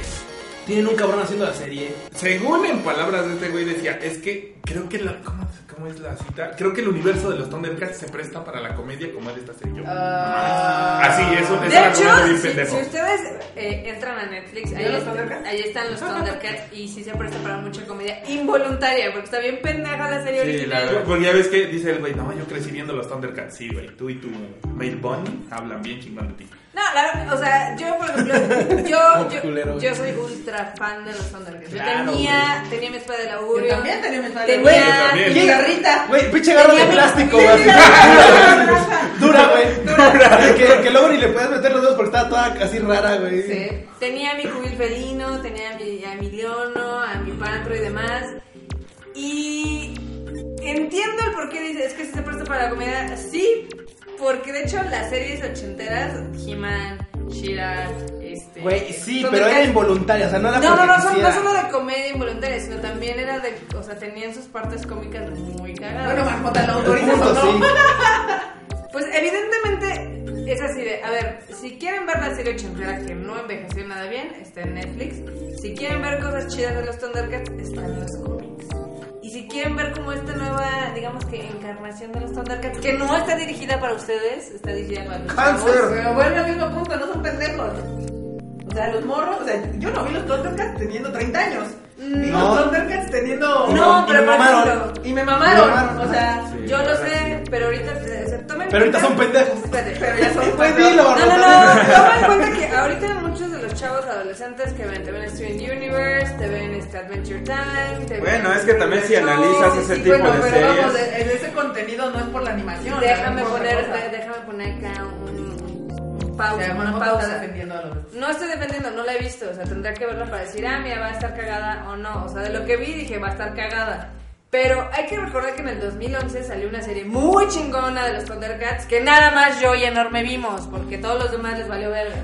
Speaker 4: tienen un cabrón haciendo la serie.
Speaker 3: Según en palabras de este güey decía, es que creo que la... ¿Cómo, cómo es la cita? Creo que el universo de los Thundercats se presta para la comedia como él está haciendo yo.
Speaker 5: Ah.
Speaker 3: Así, eso es un
Speaker 2: De
Speaker 3: argumento
Speaker 2: hecho,
Speaker 3: bien
Speaker 2: si,
Speaker 3: pendejo.
Speaker 2: si ustedes eh, entran a Netflix, ahí,
Speaker 5: ¿Ya los
Speaker 2: está-
Speaker 5: Thundercats?
Speaker 2: ahí están los Thundercats y sí se presta para mucha comedia involuntaria, porque está bien pendeja la serie
Speaker 1: Sí, la
Speaker 2: original.
Speaker 1: verdad.
Speaker 3: Porque ya ves que dice el güey, no, yo crecí viendo los Thundercats. Sí, güey, tú y tu Mail Bunny hablan bien chingón de ti.
Speaker 2: No, la, o sea, yo por ejemplo, yo,
Speaker 4: Como culero,
Speaker 2: yo,
Speaker 4: güey.
Speaker 2: yo soy ultra fan de los Thundercats. Yo
Speaker 4: Claro,
Speaker 2: tenía, tenía mi espada del augurio.
Speaker 5: Yo también tenía mi espada del
Speaker 2: Tenía-
Speaker 5: augurio.
Speaker 3: Yo también.
Speaker 2: tenía-
Speaker 5: Y garrita.
Speaker 4: Güey, pinche garra de
Speaker 2: Tenía mi-
Speaker 4: plástico,
Speaker 2: Sí,
Speaker 4: güey.
Speaker 2: sí,
Speaker 4: así. Dura, güey. Dura. Que, que luego ni le puedes meter los dedos porque estaba toda así rara, güey.
Speaker 2: Sí. Tenía a mi cubil felino, tenía a mi, a mi leono, a mi pantro y demás. Y entiendo el por qué dice, es que si se presta para la comedia, sí, porque de hecho las series ochenteras, He-Man, She-Ra, este...
Speaker 4: Güey, sí,
Speaker 2: son
Speaker 4: pero
Speaker 2: de-
Speaker 4: era involuntaria, o sea, no era
Speaker 2: No, no,
Speaker 4: porque
Speaker 2: no, son- no
Speaker 4: quisiera.
Speaker 2: solo de comedia involuntaria, sino también era de, o sea, tenían sus partes cómicas muy cagadas.
Speaker 5: Bueno, Marmota, lo
Speaker 4: El
Speaker 5: autorizas
Speaker 4: punto,
Speaker 5: o no.
Speaker 4: sí.
Speaker 2: Pues evidentemente es así de, a ver, si quieren ver la serie ochentera que no envejeció nada bien, está en Netflix. Si quieren ver cosas chidas de los Thundercats, están los cómics. Y si quieren ver como esta nueva, digamos que encarnación de los Thundercats, que no está dirigida para ustedes, está dirigida para los
Speaker 4: Cáncer.
Speaker 2: chavos.
Speaker 5: Pero bueno, al mismo punto, no son pendejos. O sea, los morros, o sea, yo no vi los Thundercats teniendo 30 años. Vi
Speaker 4: No.
Speaker 5: los Thundercats teniendo.
Speaker 2: No,
Speaker 4: Y
Speaker 2: pero
Speaker 4: me
Speaker 2: por
Speaker 4: mamaron.
Speaker 2: ejemplo,
Speaker 5: Y me mamaron.
Speaker 4: Me mamaron.
Speaker 5: O sea,
Speaker 2: yo lo sé, pero ahorita o sea, tomen en
Speaker 4: Pero ahorita
Speaker 2: cuenta-
Speaker 4: son pendejos.
Speaker 2: Espérate,
Speaker 5: pero ya son
Speaker 4: Pues
Speaker 5: cuatro.
Speaker 4: dilo.
Speaker 2: No, no, no, toma en cuenta que ahorita muchos de los chavos adolescentes que ven, te ven Steven Universe, te ven este Adventure Time, te ven
Speaker 1: Bueno, es que también si
Speaker 2: Adventure Show,
Speaker 1: analizas ese
Speaker 2: sí,
Speaker 1: tipo
Speaker 2: bueno,
Speaker 1: de
Speaker 2: pero
Speaker 1: series-
Speaker 5: Vamos, e- e- ese contenido no es por la animación.
Speaker 2: Déjame
Speaker 5: es por otra
Speaker 2: poner,
Speaker 5: cosa.
Speaker 2: de- déjame poner acá un, un
Speaker 5: O sea,
Speaker 2: pausa, una
Speaker 5: Marmota está
Speaker 2: pausa.
Speaker 5: defendiendo a los.
Speaker 2: No estoy defendiendo, no la he visto, o sea, tendría que verla para decir, ah, mira, va a estar cagada o no. O sea, de lo que vi dije, va a estar cagada. Pero hay que recordar que en el 2011 salió una serie muy chingona de los Thundercats que nada más yo y Enorme vimos, porque todos los demás les valió verga.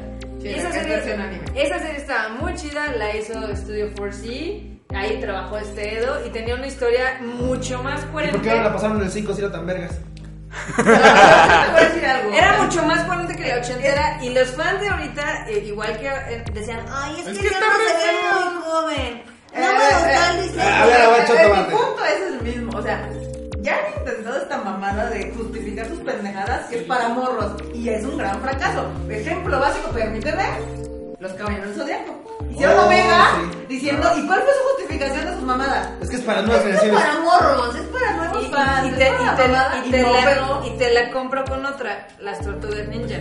Speaker 5: Sí,
Speaker 2: Y esa,
Speaker 5: es
Speaker 2: serie,
Speaker 5: versión anime.
Speaker 2: esa serie estaba muy chida, la hizo Studio 4C, ahí trabajó este Edo y tenía una historia mucho más
Speaker 4: ¿Y
Speaker 2: coherente.
Speaker 4: por qué ahora la pasaron en el 5 si era tan vergas?
Speaker 5: Te voy a decir algo.
Speaker 2: Era mucho más coherente que la ochentera ahorita. Y los fans de ahorita, eh, igual que eh, decían, ay, es,
Speaker 3: Es
Speaker 2: que,
Speaker 3: que
Speaker 2: ya
Speaker 3: está
Speaker 2: no
Speaker 3: re
Speaker 2: se ve
Speaker 3: feo".
Speaker 2: muy joven. No me
Speaker 5: Eh, eh,
Speaker 2: gustó el
Speaker 5: eh,
Speaker 2: diseño.
Speaker 4: A ver, a ver, choto,
Speaker 5: Eh, mi
Speaker 4: mate.
Speaker 5: punto es el mismo, o sea, ya han intentado esta mamada de justificar sus pendejadas que es para morros y es un gran fracaso. Ejemplo básico, permíteme, los caballeros del zodiaco. Hicieron
Speaker 4: Oh,
Speaker 5: Omega
Speaker 4: sí.
Speaker 5: diciendo, ¿y cuál fue su justificación de sus mamadas?
Speaker 4: Es que es para nuevas
Speaker 5: Esto es
Speaker 4: generaciones.
Speaker 5: para morros, es para
Speaker 2: Y,
Speaker 5: nuevos
Speaker 2: y-
Speaker 5: fans.
Speaker 2: y te, y
Speaker 5: es para
Speaker 2: te-
Speaker 5: mamada.
Speaker 2: y te
Speaker 5: no,
Speaker 2: la,
Speaker 5: pero-
Speaker 2: y te la compro con otra, las tortugas ninja.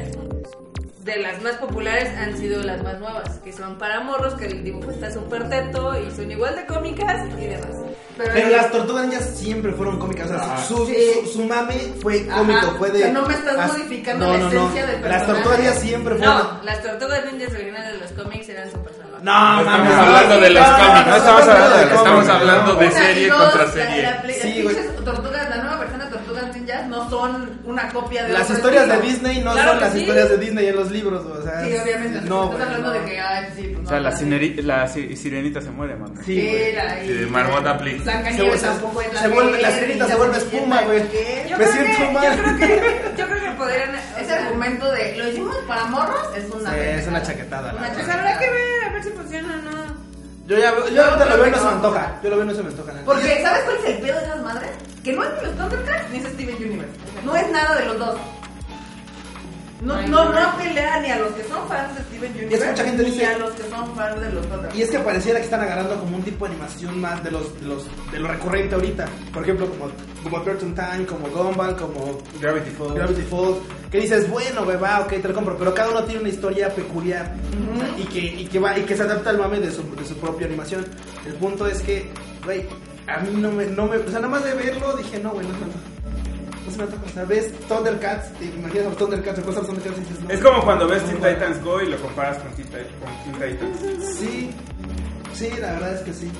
Speaker 2: De las más populares han sido las más nuevas, que son para morros, que el dibujo está súper teto y son igual de cómicas y demás.
Speaker 5: pero-
Speaker 4: Pero las tortugas ninjas siempre fueron cómicas. O sea,
Speaker 3: Ajá.
Speaker 4: su,
Speaker 5: Sí.
Speaker 4: su, su mame fue cómico,
Speaker 5: Ajá.
Speaker 4: fue de.
Speaker 5: O sea, no me estás
Speaker 4: as-
Speaker 5: modificando la esencia del
Speaker 4: Las
Speaker 5: personaje.
Speaker 4: tortugas ninjas siempre fueron.
Speaker 2: No, las tortugas ninjas originales de los cómics eran súper salvajes.
Speaker 4: Ah, No,
Speaker 3: No estamos
Speaker 4: mames,
Speaker 3: hablando de los
Speaker 4: no,
Speaker 3: cómics.
Speaker 1: No estamos hablando de los
Speaker 3: Estamos
Speaker 1: cómics,
Speaker 3: hablando
Speaker 1: no.
Speaker 3: de
Speaker 5: Una y
Speaker 3: serie
Speaker 5: dos,
Speaker 3: contra
Speaker 5: la-
Speaker 3: serie.
Speaker 5: la- las
Speaker 4: Sí, güey.
Speaker 5: pinches tortugas, la nueva versión de Tortugas Ninjas no son una copia de
Speaker 4: Las
Speaker 5: otro
Speaker 4: historias de
Speaker 5: estilo.
Speaker 4: Disney no
Speaker 2: Claro
Speaker 4: son
Speaker 2: que
Speaker 4: las
Speaker 2: sí.
Speaker 4: historias de Disney en los libros, o sea.
Speaker 5: Sí, obviamente.
Speaker 4: No,
Speaker 5: estás
Speaker 4: güey,
Speaker 5: hablando
Speaker 4: no.
Speaker 5: de que, ay, sí, pues,
Speaker 1: O sea,
Speaker 5: no,
Speaker 1: la,
Speaker 5: no,
Speaker 1: cineri- la ci- sirenita se muere, mano.
Speaker 4: Sí, güey.
Speaker 5: Era, y-
Speaker 3: Sí, Marmota, please.
Speaker 5: Blancanieves
Speaker 4: Se-
Speaker 5: tampoco es la
Speaker 4: se vuelve-
Speaker 5: que
Speaker 4: la
Speaker 5: era,
Speaker 4: sirenita
Speaker 5: y
Speaker 4: se vuelve
Speaker 5: Cenicienta,
Speaker 4: espuma, güey.
Speaker 5: ¿qué?
Speaker 4: Me siento mal.
Speaker 2: Yo creo que, yo creo que podrían.
Speaker 5: Ese argumento de lo hicimos para morros es una.
Speaker 4: Sí, es una
Speaker 5: pendejada.
Speaker 4: chaquetada, la
Speaker 5: Una
Speaker 4: verdad.
Speaker 2: Pues
Speaker 5: chaquetada.
Speaker 2: habrá que ver, a ver si funciona o no.
Speaker 4: Yo ya veo, yo
Speaker 5: No,
Speaker 4: ahorita
Speaker 5: creo
Speaker 4: lo veo y
Speaker 5: que
Speaker 4: no se me
Speaker 5: no.
Speaker 4: antoja. Yo lo veo y no se me antoja. nada.
Speaker 5: Porque, ¿sabes cuál es el pedo de esas madres? Que no es ni los Thundercats ni es Steven Universe. No es nada de los dos. No, no, no pelea ni a los que son fans de Steven Universe.
Speaker 4: mucha gente
Speaker 5: ni
Speaker 4: dice-
Speaker 5: a los que son fans de los Thundercats.
Speaker 4: Y es que pareciera que están agarrando como un tipo de animación más de los de los de lo recurrente ahorita. Por ejemplo, como como Turtle Time, como Gumball, como
Speaker 1: Gravity Falls.
Speaker 4: Gravity Falls, que dices, bueno, güey, va, ok, te lo compro, pero cada uno tiene una historia peculiar y, que, y, que va, y que se adapta al mame de su, de su propia animación. El punto es que, güey, a mí no me, no me, o sea, nada más de verlo dije, no, güey, no, no, no, no se me antoja. O sea, ves Thundercats, te imaginas a los Thundercats o cosas Thundercats y dices, no.
Speaker 1: Es como cuando ves Teen
Speaker 4: No, güey.
Speaker 1: Titans Go y lo comparas con Teen, Tit- con Teen Titans.
Speaker 4: Sí, sí, la verdad es que sí.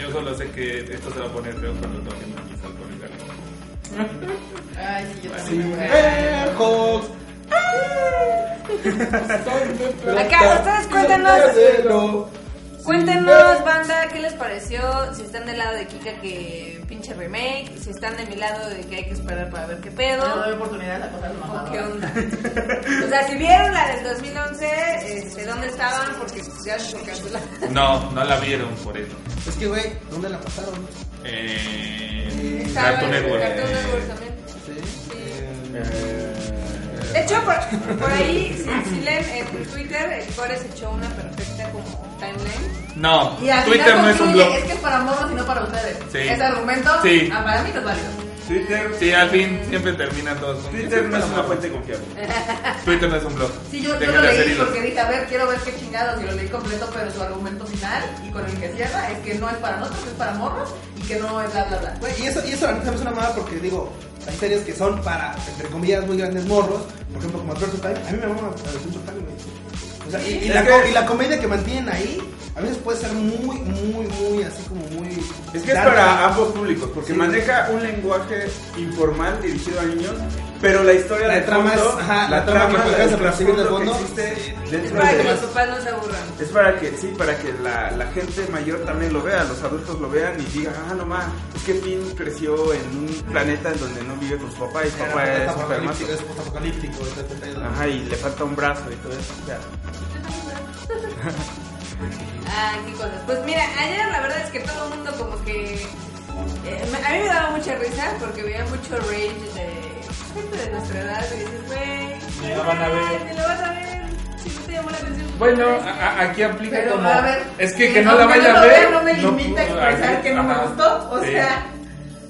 Speaker 3: Yo solo sé que esto se va a poner feo cuando toquen a mis alcohólicos.
Speaker 5: Ay, sí, yo
Speaker 4: Sí,
Speaker 5: también.
Speaker 4: güey.
Speaker 5: Ay,
Speaker 4: ¡Eh, Hawks!
Speaker 2: Acá, ustedes cuéntenos.
Speaker 4: Verdadero.
Speaker 2: Cuéntenos, banda, ¿qué les pareció? Si están del lado de Kika, que pinche remake. Si están de mi lado, de que hay que esperar para ver qué
Speaker 5: No le doy
Speaker 2: pedo.
Speaker 5: oportunidad a la cosa
Speaker 2: ¿O qué
Speaker 5: mamadora.
Speaker 2: onda? O sea, si vieron la del 2011, este, ¿dónde estaban? Porque pues, ya se canceló.
Speaker 3: No, no la vieron por eso.
Speaker 4: Es que, güey, ¿dónde la pasaron?
Speaker 3: Eh,
Speaker 2: Estaba
Speaker 3: Cartoon
Speaker 2: en
Speaker 3: Network.
Speaker 2: Cartoon Network también.
Speaker 4: Sí. Eh,
Speaker 2: De hecho, por, por ahí, si, si leen en Twitter, el Core se echó una perfecta como timeline.
Speaker 3: No,
Speaker 5: Y al
Speaker 3: Twitter
Speaker 5: final
Speaker 3: no es un
Speaker 5: concluye,
Speaker 3: blog.
Speaker 5: Es que es para morros y no para ustedes.
Speaker 3: Sí.
Speaker 5: Ese argumento,
Speaker 3: Sí.
Speaker 5: ah, para mí no es válido.
Speaker 1: Twitter,
Speaker 3: Sí, al fin siempre terminan todos. con-
Speaker 1: Twitter no es una fuente confiable.
Speaker 3: Twitter no es un blog.
Speaker 5: Sí, yo, yo
Speaker 3: Dejen
Speaker 5: lo
Speaker 3: de hacer
Speaker 5: leí
Speaker 3: hilos.
Speaker 5: porque dije, a ver, quiero ver qué chingados, y lo leí completo, pero su argumento final y con el que cierra es que no es para nosotros, es para morros y que no es bla, bla, bla.
Speaker 4: Güey, y eso, y eso la neta es una mamada porque digo, hay series que son para, entre comillas, muy grandes morros, por ejemplo como Adventure Time, a mí me mama Adventure Time, güey. O sea, y, y
Speaker 1: Es
Speaker 4: la,
Speaker 1: que-
Speaker 4: co- y la comedia que mantienen ahí, a veces puede ser muy, muy, muy, así como muy...
Speaker 1: Es que es
Speaker 4: dark.
Speaker 1: para ambos públicos, porque
Speaker 4: Sí.
Speaker 1: maneja un lenguaje informal dirigido a niños, pero la historia
Speaker 4: La
Speaker 1: de
Speaker 4: trama
Speaker 1: fondo,
Speaker 4: es- ajá, la trama que alcanza a
Speaker 1: el
Speaker 4: percibir de
Speaker 1: trasfondo
Speaker 4: fondo,
Speaker 1: que existe
Speaker 2: Es
Speaker 1: dentro
Speaker 2: para que
Speaker 1: de-
Speaker 2: los papás no se aburran.
Speaker 1: es para que, sí, para que la, la gente mayor también lo vea, los adultos lo vean y digan, ah, no más, es que Finn creció en un planeta en donde no vive con su papá y su
Speaker 4: Era
Speaker 1: papá
Speaker 4: un
Speaker 1: es
Speaker 4: planeta apocalíptico,
Speaker 1: supermático.
Speaker 4: es este postapocalíptico, etcétera, etcétera.
Speaker 1: Ajá, y le falta un brazo y todo eso. o sea,
Speaker 2: Ah, qué cosas. Pues mira, ayer la verdad es que todo el mundo como que... eh, me- a mí me daba mucha risa porque veía mucho rage de gente de nuestra edad y dices, güey,
Speaker 3: Ni lo van a ver.
Speaker 2: ni lo vas a ver. Si no te llamó la atención.
Speaker 3: Bueno, ah, a- a- aquí aplica
Speaker 5: Pero,
Speaker 3: como.
Speaker 5: a ver,
Speaker 3: es que,
Speaker 5: eh,
Speaker 3: que no la
Speaker 5: aunque
Speaker 3: vaya
Speaker 5: no
Speaker 3: a
Speaker 5: lo
Speaker 3: ver.
Speaker 5: vea, no me limita a
Speaker 3: pudo,
Speaker 5: expresar
Speaker 3: así,
Speaker 5: que no me
Speaker 3: ajá,
Speaker 5: gustó, o
Speaker 3: sí.
Speaker 5: sea.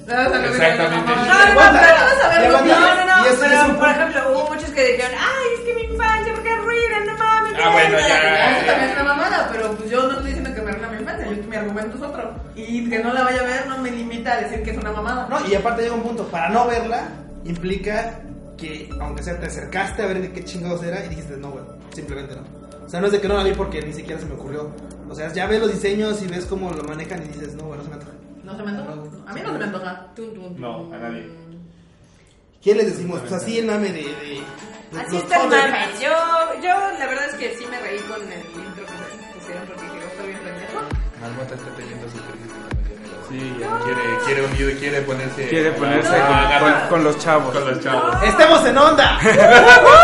Speaker 5: No, o sea, no me
Speaker 3: Exactamente.
Speaker 5: No,
Speaker 2: No, no,
Speaker 5: no, no,
Speaker 2: no,
Speaker 5: pero vamos a ver
Speaker 4: Ya
Speaker 5: los
Speaker 4: van
Speaker 5: míos.
Speaker 2: no, no,
Speaker 4: Y
Speaker 2: no,
Speaker 3: este
Speaker 4: es-
Speaker 2: pero
Speaker 4: es un
Speaker 2: por
Speaker 4: punto.
Speaker 2: ejemplo, hubo muchos que dijeron, ay, es que mi infancia, porque arruinan, no mames.
Speaker 3: Ah, bueno,
Speaker 2: no,
Speaker 3: ya,
Speaker 2: no, no".
Speaker 5: Ah, Eso también es una mamada, pero pues yo no estoy diciendo que me arruina mi infancia, yo- mi argumento es otro. Y que no la vaya a ver no me limita a decir que es una mamada.
Speaker 4: No, y aparte llega un punto, para no verla, implica que, aunque sea, te acercaste a ver de qué chingados era y dijiste, no, güey, simplemente no. O sea, no es de que no la vi porque ni siquiera se me ocurrió. O sea, ya ves los diseños y ves cómo lo manejan y dices, no, güey, no se me antoja.
Speaker 5: No se me antoja. A mí no se me antoja.
Speaker 2: Tum, tum, tum.
Speaker 3: No, a nadie.
Speaker 4: ¿Quién les decimos? Pues así el mame de... de- de
Speaker 2: Así
Speaker 4: los
Speaker 2: está el
Speaker 4: Thundercats.
Speaker 2: mame. Yo, yo la verdad es que sí me reí con el intro que pusieron porque creo que está bien pendejo.
Speaker 3: Marmota está teniendo su crisis de la medianera.
Speaker 1: Sí, ya.
Speaker 3: Quiere, quiere unir, quiere ponerse.
Speaker 1: Quiere ponerse
Speaker 2: No.
Speaker 1: con, con- con los chavos.
Speaker 3: con los chavos.
Speaker 2: No.
Speaker 4: ¡Estemos en onda!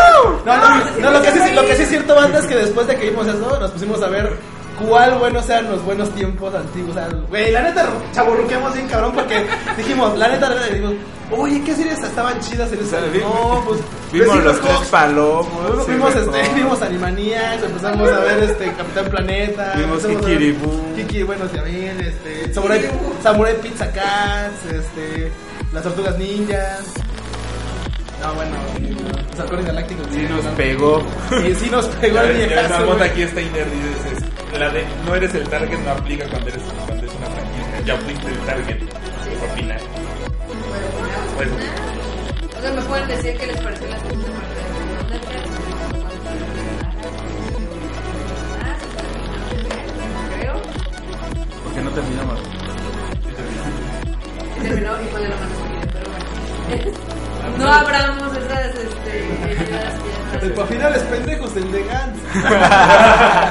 Speaker 4: No,
Speaker 5: No,
Speaker 4: no,
Speaker 5: pues,
Speaker 4: no, lo, que sí,
Speaker 5: siempre
Speaker 4: lo que sí
Speaker 5: ahí.
Speaker 4: es cierto, banda, es que después de que vimos eso, nos pusimos a ver cuál buenos eran los buenos tiempos antiguos. O sea, güey, la neta, chaburruqueamos bien cabrón porque dijimos, la neta, la neta, dijimos, oye, ¿qué series estaban chidas en ese
Speaker 1: sea, vi-
Speaker 4: No, pues.
Speaker 1: Vimos los
Speaker 4: Fox,
Speaker 1: tres palomos. sí,
Speaker 4: Vimos,
Speaker 1: mejor.
Speaker 4: este, vimos Animaniacs, empezamos a ver este, Capitán Planeta.
Speaker 1: Vimos
Speaker 4: empezamos a ver
Speaker 1: Kikiribú.
Speaker 4: Kiki, bueno, también, este, Samurai, Samurai Pizza Cats, este, Las Tortugas Ninjas. No, bueno, los Halcones Galácticos.
Speaker 1: Sí nos pegó.
Speaker 4: Sí, sí nos pegó
Speaker 3: Ya
Speaker 4: el
Speaker 3: ves, ya
Speaker 4: viejazo.
Speaker 3: estamos
Speaker 4: güey.
Speaker 3: aquí esta inner y dices, la de no eres el target no aplica cuando eres, cuando eres una franquicia. Ya fuiste el target. Por final. Bueno,
Speaker 2: O sea, me pueden decir que les pareció la segunda parte de la segunda creo.
Speaker 1: Porque no terminamos.
Speaker 2: Y terminó y fue de la mano subida, pero bueno. No abramos esas este, heridas que
Speaker 4: El pa' finales pendejos, el de Gantz.
Speaker 2: ya-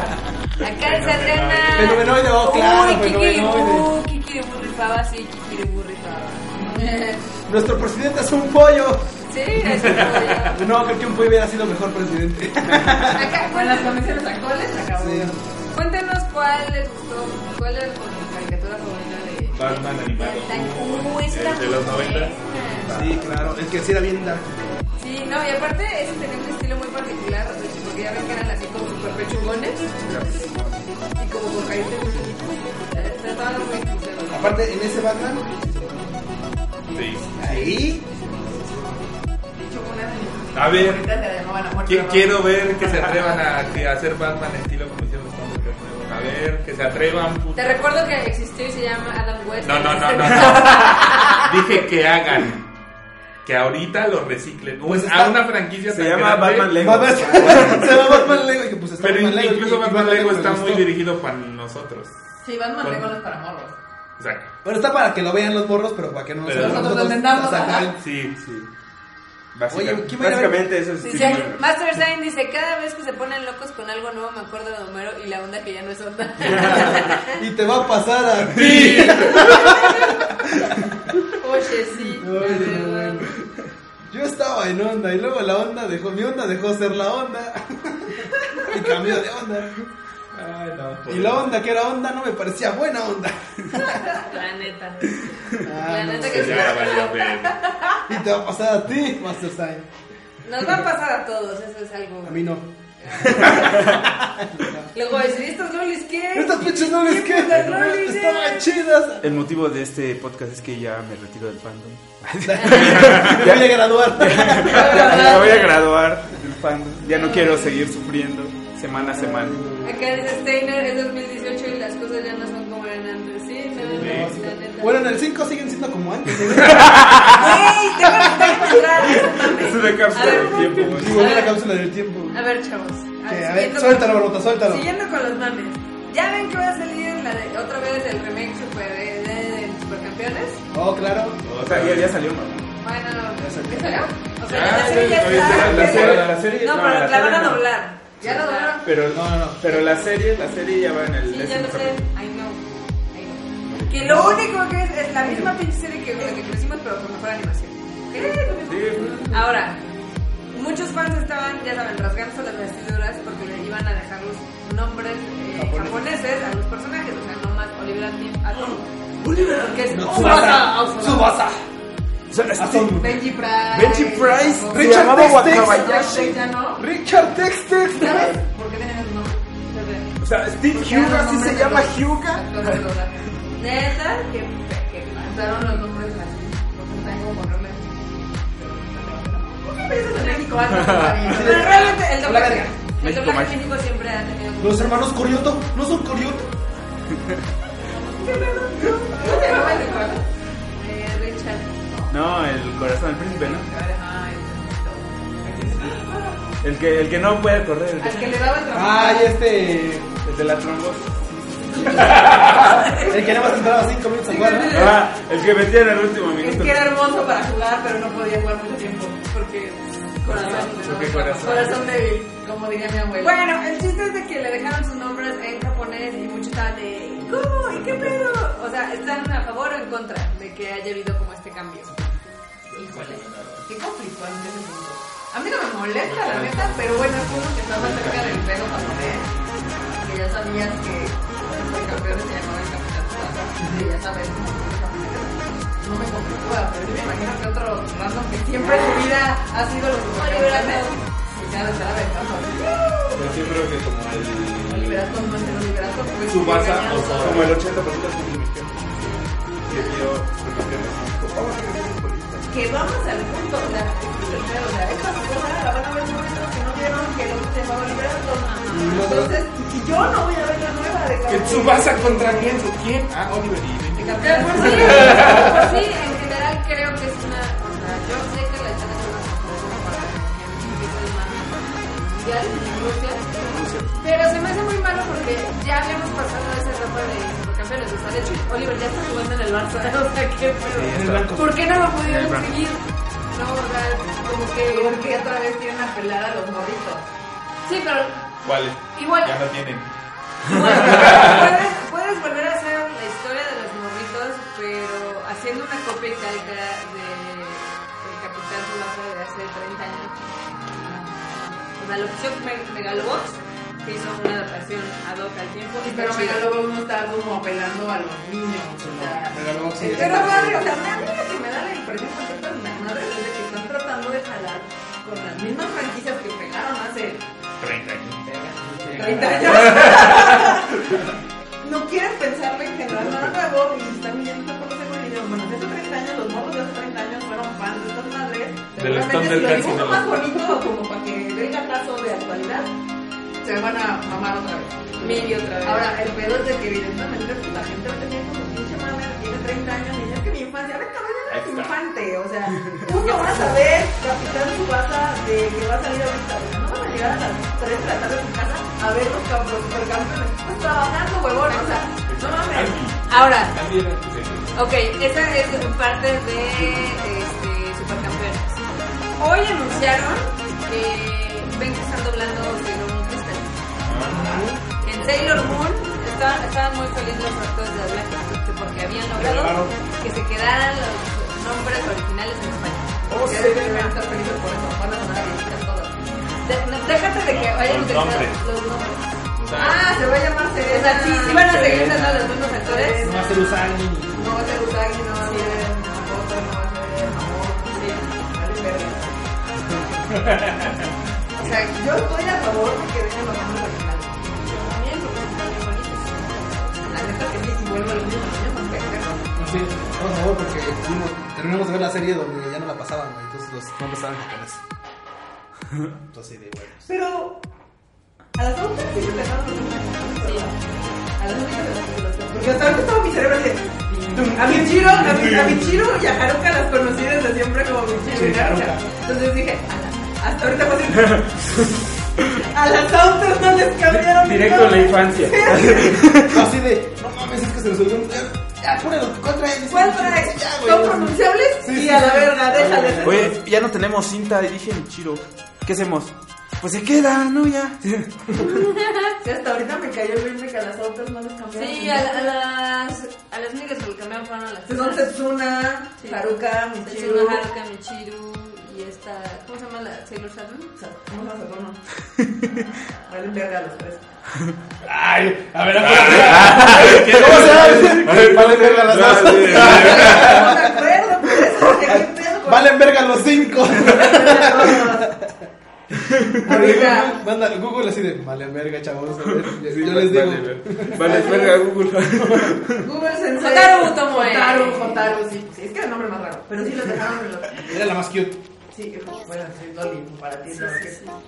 Speaker 2: Acá es Adriana.
Speaker 4: Fenomenoide, oh, claro,
Speaker 2: Uy, Kikiribú,
Speaker 4: fenomenoide.
Speaker 2: Kikiribú rifaba, sí, Kikiribú rifaba.
Speaker 4: Nuestro presidente es un pollo.
Speaker 2: Sí, eso fue.
Speaker 4: No, creo que un pollo hubiera sido mejor presidente.
Speaker 2: Acá,
Speaker 5: Con las
Speaker 2: bueno,
Speaker 5: comisiones alcoholes acabó.
Speaker 4: Sí.
Speaker 2: Cuéntenos cuál les gustó, cuál es su caricatura favorita de
Speaker 3: Batman animado. Eh,
Speaker 2: Uy, esa era
Speaker 3: de los
Speaker 2: muy
Speaker 3: 90.
Speaker 2: buena.
Speaker 4: Sí, claro, el que sí era bien dark.
Speaker 2: Sí, no, y aparte ese tenía un estilo muy particular, o sea, porque ya ven que eran así como super pechungones y como con caritas muy chiquitas. Eh, Trataban de muy sinceros.
Speaker 4: Aparte, en ese Batman,
Speaker 3: Sí.
Speaker 4: ahí
Speaker 3: A ver, Qui-
Speaker 5: ver.
Speaker 3: Quiero ver que se atrevan a, que- a hacer Batman estilo como hicieron los Thundercats. nuevos. A ver, que se atrevan. puto.
Speaker 2: Te recuerdo que existió y se llama Adam West.
Speaker 3: No, no, no, no.
Speaker 2: Este-
Speaker 3: no. Dije que hagan. Que ahorita lo reciclen. O es a una franquicia
Speaker 1: Pues Se
Speaker 3: tan
Speaker 1: llama
Speaker 3: grande,
Speaker 1: Batman Lego.
Speaker 4: Batman, se va Batman Lego y que pues está
Speaker 3: Pero
Speaker 4: Batman Lego.
Speaker 3: incluso
Speaker 4: y- y
Speaker 3: Batman Lego
Speaker 4: me
Speaker 3: está
Speaker 4: gustó.
Speaker 3: muy dirigido para nosotros.
Speaker 5: Sí, Batman Lego no es para morros.
Speaker 3: O sea,
Speaker 4: Bueno, está para que lo vean los morros, pero para que no nos
Speaker 3: Pero
Speaker 4: vean
Speaker 5: nosotros vendamos,
Speaker 4: Exactamente.
Speaker 5: ajá.
Speaker 3: sí.
Speaker 1: Sí. Básica-
Speaker 4: Oye, ¿quién va a ir a ver?
Speaker 1: básicamente eso es.
Speaker 2: Sí,
Speaker 1: sí,
Speaker 2: sí.
Speaker 1: bueno.
Speaker 2: Master Sign dice, cada vez que se ponen locos con algo nuevo me acuerdo de Homero y la onda que ya no es onda.
Speaker 4: Y te va a pasar a ti.
Speaker 2: Oye, sí.
Speaker 4: Ay, no, bueno. Yo estaba en onda y luego la onda dejó, mi onda dejó ser la onda. Y cambió de onda.
Speaker 3: Ay, no,
Speaker 4: Y la onda que era onda no me parecía buena onda.
Speaker 2: La neta.
Speaker 4: Ah,
Speaker 2: La
Speaker 4: no.
Speaker 2: neta que
Speaker 3: Pues
Speaker 2: sí.
Speaker 3: ya valió ver.
Speaker 4: Y te va a pasar a ti, Master Sign.
Speaker 2: Nos va a pasar a todos, eso es algo.
Speaker 4: A mí no.
Speaker 2: Luego decir, ¿estos lolis qué?
Speaker 4: Estas pinches no les
Speaker 5: pues,
Speaker 4: que
Speaker 2: putas lolis, eh?
Speaker 4: estaban chidas.
Speaker 1: El motivo de este podcast es que ya me retiro del fandom.
Speaker 4: Me voy a graduar.
Speaker 1: Me voy a graduar del fandom. Ya no quiero seguir sufriendo semana a semana.
Speaker 2: Acá dice Steiner, es 2018 y las cosas ya no son como eran antes. Sí, no, no, la neta.
Speaker 4: Bueno, en el 5 siguen siendo como antes. ¿eh?
Speaker 2: ¡Ey! Tengo que encontrar eso
Speaker 1: Es una cápsula
Speaker 2: también. A ver.
Speaker 1: del tiempo.
Speaker 4: Y volvió la cápsula del tiempo.
Speaker 2: A ver, chavos.
Speaker 4: Que, a
Speaker 2: A ver,
Speaker 4: ver,
Speaker 2: siguiendo-
Speaker 4: suéltalo, Barbota, suéltalo.
Speaker 2: Siguiendo con los mames. Ya ven que va a salir la de- otra vez el remake super, eh, de Supercampeones.
Speaker 4: Oh, claro.
Speaker 1: O sea, ya, ya salió, ¿no?
Speaker 2: Bueno, ¿ya
Speaker 4: salió.
Speaker 2: salió? O
Speaker 3: Ya,
Speaker 2: sea, ya la serie ya
Speaker 3: ya, ya, ya,
Speaker 2: está.
Speaker 3: la serie- la
Speaker 1: serie-
Speaker 2: No,
Speaker 1: no,
Speaker 2: pero
Speaker 1: la
Speaker 2: la van a
Speaker 1: serie no.
Speaker 2: doblar. Ya la doblaron.
Speaker 1: Pero no, no, no. Pero la serie, la serie ya va en el
Speaker 2: Sí, ya
Speaker 1: décimo
Speaker 2: lo sé.
Speaker 1: capítulo.
Speaker 2: I know. I know. Que lo único que es es la misma pinche serie que, la que crecimos, pero con mejor animación. ¿Qué? Lo mismo. Ahora, muchos fans estaban, ya saben, rasgándose las vestiduras porque le iban a dejar los nombres eh, japoneses a los personajes. O sea, no más Oliver Atom. Atom. Porque es
Speaker 4: No,
Speaker 2: Tsubasa.
Speaker 4: Subasa. Subasa.
Speaker 1: este
Speaker 4: Azul.
Speaker 5: Benji Price.
Speaker 1: Benji Price,
Speaker 5: Tampoco.
Speaker 1: Richard
Speaker 4: llamaba
Speaker 1: Textex.
Speaker 5: Jack ya no.
Speaker 4: Richard Textex.
Speaker 5: ¿Sabes por qué tienen esos nombres?
Speaker 1: O sea, Steve
Speaker 5: Porque eran
Speaker 1: Huga
Speaker 5: los
Speaker 1: sí se
Speaker 5: nombres
Speaker 1: llama
Speaker 5: de los
Speaker 1: Hyuga.
Speaker 5: actores de doblaje.
Speaker 2: Neta, que, que
Speaker 5: Usaron los nombres así. Los están como con nombres. ¿Por qué piensas en México? Algo todavía.
Speaker 2: Pero realmente el doblaje. El
Speaker 1: México
Speaker 2: doblaje en
Speaker 1: mágico.
Speaker 2: México siempre ha tenido.
Speaker 4: Los hermanos Corioto no son Corioto.
Speaker 5: ¿Cómo se llama el de Coral?
Speaker 2: Eh, Richard.
Speaker 1: No, el corazón del príncipe, ¿no?
Speaker 5: Ajá, el-
Speaker 1: El que, el que no puede correr, el,
Speaker 5: Al que le daba el trabajo.
Speaker 4: Ay, este.
Speaker 1: que- el de la trombosis.
Speaker 4: El que nada más entraba 5 minutos a jugar. ¿no?
Speaker 1: Ah, el que metía en el último
Speaker 5: Es
Speaker 1: minuto.
Speaker 5: que era hermoso para jugar, pero no podía jugar mucho tiempo.
Speaker 2: Porque.
Speaker 3: Porque
Speaker 2: Corazón.
Speaker 3: corazón.
Speaker 2: Corazón débil.
Speaker 5: Como diría mi abuela.
Speaker 2: Bueno, el chiste es de que le dejaron sus nombres en japonés y muchos estaban de ¿Cómo? ¿Y qué pedo? O sea, están a favor o en contra de que haya habido como este cambio. Híjole.
Speaker 5: qué conflictuante es el mundo. A mí no me molesta, la neta, pero bueno, es uno que está más cerca del pedo japonés. Que ya sabías que el campeón se llamaba el Capitán Tsubasa. Que ya sabes cómo son los japoneses. No me conflictúa, pero sí me imagino que otro random que siempre en su vida ha sido los supercampeones. Y ya desde la ventaja.
Speaker 3: Yo sí creo que como el.
Speaker 5: Oliverato, no es el Oliverato, pues.
Speaker 3: Tsubasa
Speaker 5: ganando.
Speaker 3: o Sora.
Speaker 1: Como el 80% de mi Que vio su campeón de México. Vamos a ver un futbolista.
Speaker 5: que vamos al punto, o sea, ese es el pedo, o sea, esta persona la van a ver muchos que no vieron que el hombre se llamaba Liberto. Entonces, y yo no voy a ver la nueva de
Speaker 3: ¿Que
Speaker 5: Capitán.
Speaker 3: Tsubasa contra quién? ¿Quién? Ah, Oliver y
Speaker 5: De Capitán
Speaker 2: Pero por sí,
Speaker 5: Fuerza.
Speaker 2: por sí, en general creo que es una. O sea, yo sé que la chana es una sorpresa para el mundial en Rusia. Pero se me hace muy malo porque ya habíamos pasado esa etapa de supercampeones. O sea, de hecho, Oliver ya está jugando en el Barça. O sea, qué
Speaker 4: En el
Speaker 2: pedo.
Speaker 4: banco.
Speaker 2: ¿Por qué no lo
Speaker 1: En
Speaker 2: pudieron
Speaker 1: el Barça.
Speaker 2: seguir? No, o sea, como que.
Speaker 5: Porque otra vez quieren apelar a los morritos.
Speaker 2: Sí, pero
Speaker 3: ¿Cuál es?
Speaker 2: igual.
Speaker 3: Ya no tienen.
Speaker 2: Bueno, puedes, puedes volver a hacer la historia de los morritos, pero haciendo una copia y calca de, del Capitán Subasa de hace 30 años. O sea, lo que hizo Me- Megalobox, que hizo una adaptación ad hoc al tiempo. y
Speaker 5: Pero
Speaker 2: está chida.
Speaker 5: Megalobox no está como apelando a los niños. O sea,
Speaker 4: Megalobox sí.
Speaker 5: Pero madre, o sea, a mí lo que me da la impresión con estas madres es de que están tratando de jalar con las mismas franquicias que pegaron hace
Speaker 3: 30 años.
Speaker 5: 30 años. No quieren pensarle en generar nada nuevo y están viendo por los segundos y dicen, bueno, hace 30 años, los morros de hace 30 años fueron fans de estas madres.
Speaker 3: De los
Speaker 5: Seguramente
Speaker 3: Thundercats y
Speaker 5: Si lo
Speaker 3: de
Speaker 5: dibujo
Speaker 3: los-
Speaker 5: más bonito como para que dé el gatazo de actualidad, se van a mamar otra vez.
Speaker 2: Miri otra vez.
Speaker 5: Ahora, el pedo es de que evidentemente pues, la gente va a tener como pinche madre que tiene 30 años y dice "Es que mi infancia, vete a ver,
Speaker 3: Ahí
Speaker 5: eres
Speaker 3: está.
Speaker 5: infante, o sea, tú no vas a ver Capitán Subasa de que va a salir ahorita, o sea, no vas a llegar a las 3 de la tarde a tu casa a ver los cam- los supercampeones, estás trabajando, huevón, o sea, no mames.
Speaker 2: Ahora,
Speaker 3: Andy era el que se-
Speaker 2: Ok, esa es parte de este, Supercampeones. Hoy anunciaron que Ben se están doblando Sailor Moon Crystal. En Sailor Moon está- estaban muy felices los actores de doblaje este, porque habían logrado
Speaker 4: Claro.
Speaker 2: que se quedaran los nombres originales en español.
Speaker 5: O sea, deben estar felices por eso, van a sonar viejitas todas.
Speaker 2: De- no, déjate de que vayan
Speaker 3: Los
Speaker 2: utilizando
Speaker 3: nombres.
Speaker 2: los nombres.
Speaker 3: O sea,
Speaker 5: Ah, se va a llamar
Speaker 2: O sea,
Speaker 5: Serena.
Speaker 2: sí, sí van a seguir usando los mismos actores.
Speaker 4: No va a ser Usagi.
Speaker 5: No va a ser Usagi, no va a ser Makoto, no va a ser Mamoru, sí, vale verga. O sea, yo estoy a favor de que dejen los nombres originales.
Speaker 2: También, porque están muy bonitos.
Speaker 5: La neta que sí, y vuelvo a lo mismo, los niños son pendejos.
Speaker 4: Sí, por favor, porque vimos- terminamos de ver la serie donde ya no la pasaban, güey. Entonces los nombres estaban japonés. Entonces, de bueno.
Speaker 5: Pero a las adultas sí se les dan los nombres. Sí. A las adultas se les dan los nombres. Porque hasta ahorita estaba mi cerebro así. A Michiro, a, mi, a Michiro y a Haruka las conocí desde siempre como Michiro y
Speaker 4: Sí,
Speaker 5: Haruka.
Speaker 4: Haruka.
Speaker 5: Entonces dije, "Ala, hasta ahorita fue así. A las adultas no les cambiaron.
Speaker 1: Directo a la infancia.
Speaker 4: No, así de, no mames, es que se resolvió un. Ya, apúralo, ¿cuál traes?
Speaker 5: ¿Cuál traes?
Speaker 4: Ya,
Speaker 5: Son
Speaker 4: güey.
Speaker 5: pronunciables
Speaker 4: Sí,
Speaker 5: y
Speaker 4: sí,
Speaker 5: a la
Speaker 4: sí.
Speaker 5: verga, déjale.
Speaker 1: Oye, ya no tenemos cinta, dije Chiro. ¿Qué hacemos? Pues se queda, ¿no? Ya.
Speaker 5: Sí, hasta ahorita me cayó el 20 que a las adultas no les cambiaron.
Speaker 2: Sí, a, la- a las, a las únicas que le cambiaron fueron a las
Speaker 5: Son Setsuna,
Speaker 2: Sí.
Speaker 5: Haruka, Michiru.
Speaker 2: Tetsuna Haruka, Michiru y esta... ¿Cómo se llama la Sailor Saturn?
Speaker 5: Vamos a hacer uno. Vale, verga los tres.
Speaker 4: Ay, a ver,
Speaker 3: ¿Cómo
Speaker 4: apúralo. Valen verga las dos.
Speaker 5: No me acuerdo, por eso. que ¿Qué pedo con
Speaker 4: Valen verga los cinco.
Speaker 5: Ahorita.
Speaker 4: Manda Google así de, valen verga, chavos. Yo, yo
Speaker 1: vale,
Speaker 4: les digo.
Speaker 1: Vale, vale, verga, Google.
Speaker 5: Google Sensei.
Speaker 2: Jotaro Tomoe.
Speaker 5: Jotaro, Jotaro, sí. Sí, Es que era el nombre más raro. Pero sí lo dejaron en los.
Speaker 4: Era la más cute.
Speaker 5: Sí, bueno, sí, Loli, para ti. ¿no?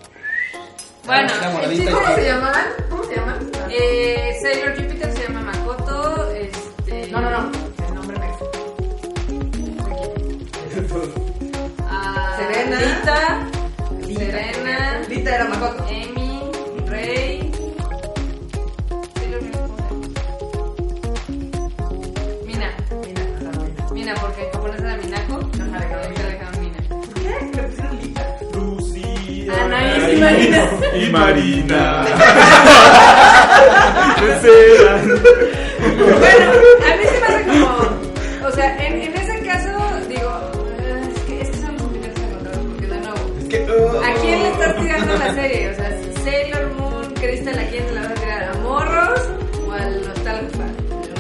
Speaker 2: Bueno,
Speaker 4: La
Speaker 2: el
Speaker 4: moradita
Speaker 2: chico
Speaker 5: ¿Cómo se
Speaker 2: se llama...
Speaker 5: llamaban? ¿Cómo se llaman?
Speaker 2: Eh, Sailor Jupiter se llama Makoto, este...
Speaker 5: No, no, no. El nombre mexicano.
Speaker 2: Ah,
Speaker 5: Serena.
Speaker 2: Lita,
Speaker 5: Lita.
Speaker 2: Serena,
Speaker 5: Lita era Makoto.
Speaker 2: Emi, Rey... Sailor Jupiter, ¿cómo se llama? Mina.
Speaker 5: Mira, la Lolita.
Speaker 2: Mina, porque en japonés era Minako.
Speaker 5: Ajá, le cambiaron.
Speaker 2: Ahorita le dejaron Mina.
Speaker 5: ¿Por qué? Le pusieron
Speaker 2: Ah,
Speaker 5: Lita.
Speaker 3: Lucía.
Speaker 2: Anaís y Marina.
Speaker 3: Y Marina.
Speaker 2: Bueno, a mí se me hace como. O sea, en, en ese caso, digo, eh, es que, es que son complicados de encontrar, porque de nuevo.
Speaker 4: Es que, uh,
Speaker 2: tirando la serie. O sea, Sailor Moon, Crystal, ¿a quién se la vas a tirar? ¿A morros o al Nostalgia?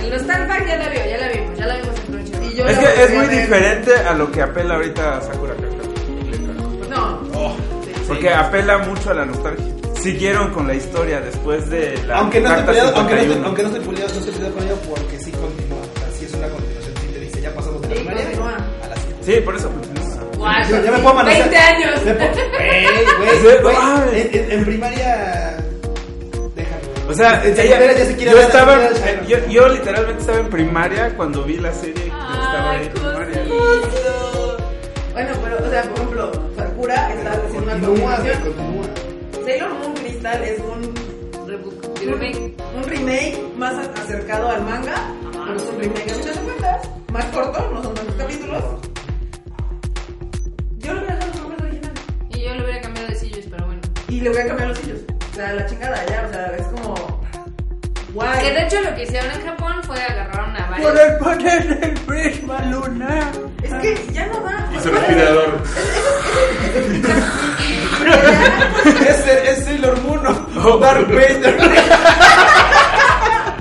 Speaker 2: El Nostalgia ya la vio, ya la vimos, ya la vimos en Crunchyroll.
Speaker 5: Y yo-
Speaker 1: Es
Speaker 5: la
Speaker 1: que es
Speaker 5: volví a
Speaker 1: muy
Speaker 5: ver.
Speaker 1: diferente a lo que apela ahorita Sakura Card Captor.
Speaker 2: No.
Speaker 1: Porque apela mucho a la nostalgia. Siguieron con la historia después de la.
Speaker 4: Aunque no, estoy
Speaker 1: Carta
Speaker 4: peleado, aunque, no estoy,
Speaker 1: 51.
Speaker 4: aunque no estoy peleado, no estoy peleado con ello porque sí continúa. O sea, sí es una continuación, sí te dice, ya pasamos de la
Speaker 2: Sí,
Speaker 4: primaria
Speaker 2: continúa.
Speaker 4: a la siguiente.
Speaker 1: Sí, por eso pues, continúa.
Speaker 2: Guau,
Speaker 4: Yo- yo me puedo amanecer.
Speaker 2: 20 años.
Speaker 4: Me po- Güey, güey, güey,
Speaker 1: Ay.
Speaker 4: en- en, en primaria. Déjalo.
Speaker 1: O sea,
Speaker 4: En
Speaker 1: ella-
Speaker 4: secundaria ya se quiere
Speaker 1: yo
Speaker 4: ver a la
Speaker 1: estaba,
Speaker 4: primera
Speaker 1: eh,
Speaker 4: Sharon.
Speaker 1: yo, yo literalmente estaba en primaria cuando vi la serie que estaba
Speaker 2: Ay,
Speaker 1: en
Speaker 5: pues
Speaker 1: primaria.
Speaker 2: cosito.
Speaker 5: Bueno, pero, o sea, por ejemplo, Sakura está haciendo una
Speaker 4: Continúa, güey,
Speaker 5: continuación.
Speaker 4: continúa.
Speaker 5: Sailor Moon Crystal es un,
Speaker 2: Rebook, remake.
Speaker 5: un, un remake más a- acercado al manga, pero es un remake a muchas cuentas, más corto, no son tantos capítulos. Yo lo hubiera dejado en su nombre original
Speaker 2: Y yo le hubiera cambiado de sillos, pero bueno.
Speaker 5: y le voy a cambiar los sillos. O sea, la chingada ya, o sea, es como. Guay.
Speaker 2: Que de hecho lo que hicieron en Japón fue agarraron a varios.
Speaker 1: Por el poder del prisma lunar.
Speaker 5: Es que ya no da.
Speaker 3: Y su respirador.
Speaker 4: Es, es Sailor Moon,
Speaker 1: Oh.
Speaker 4: o Darth Vader.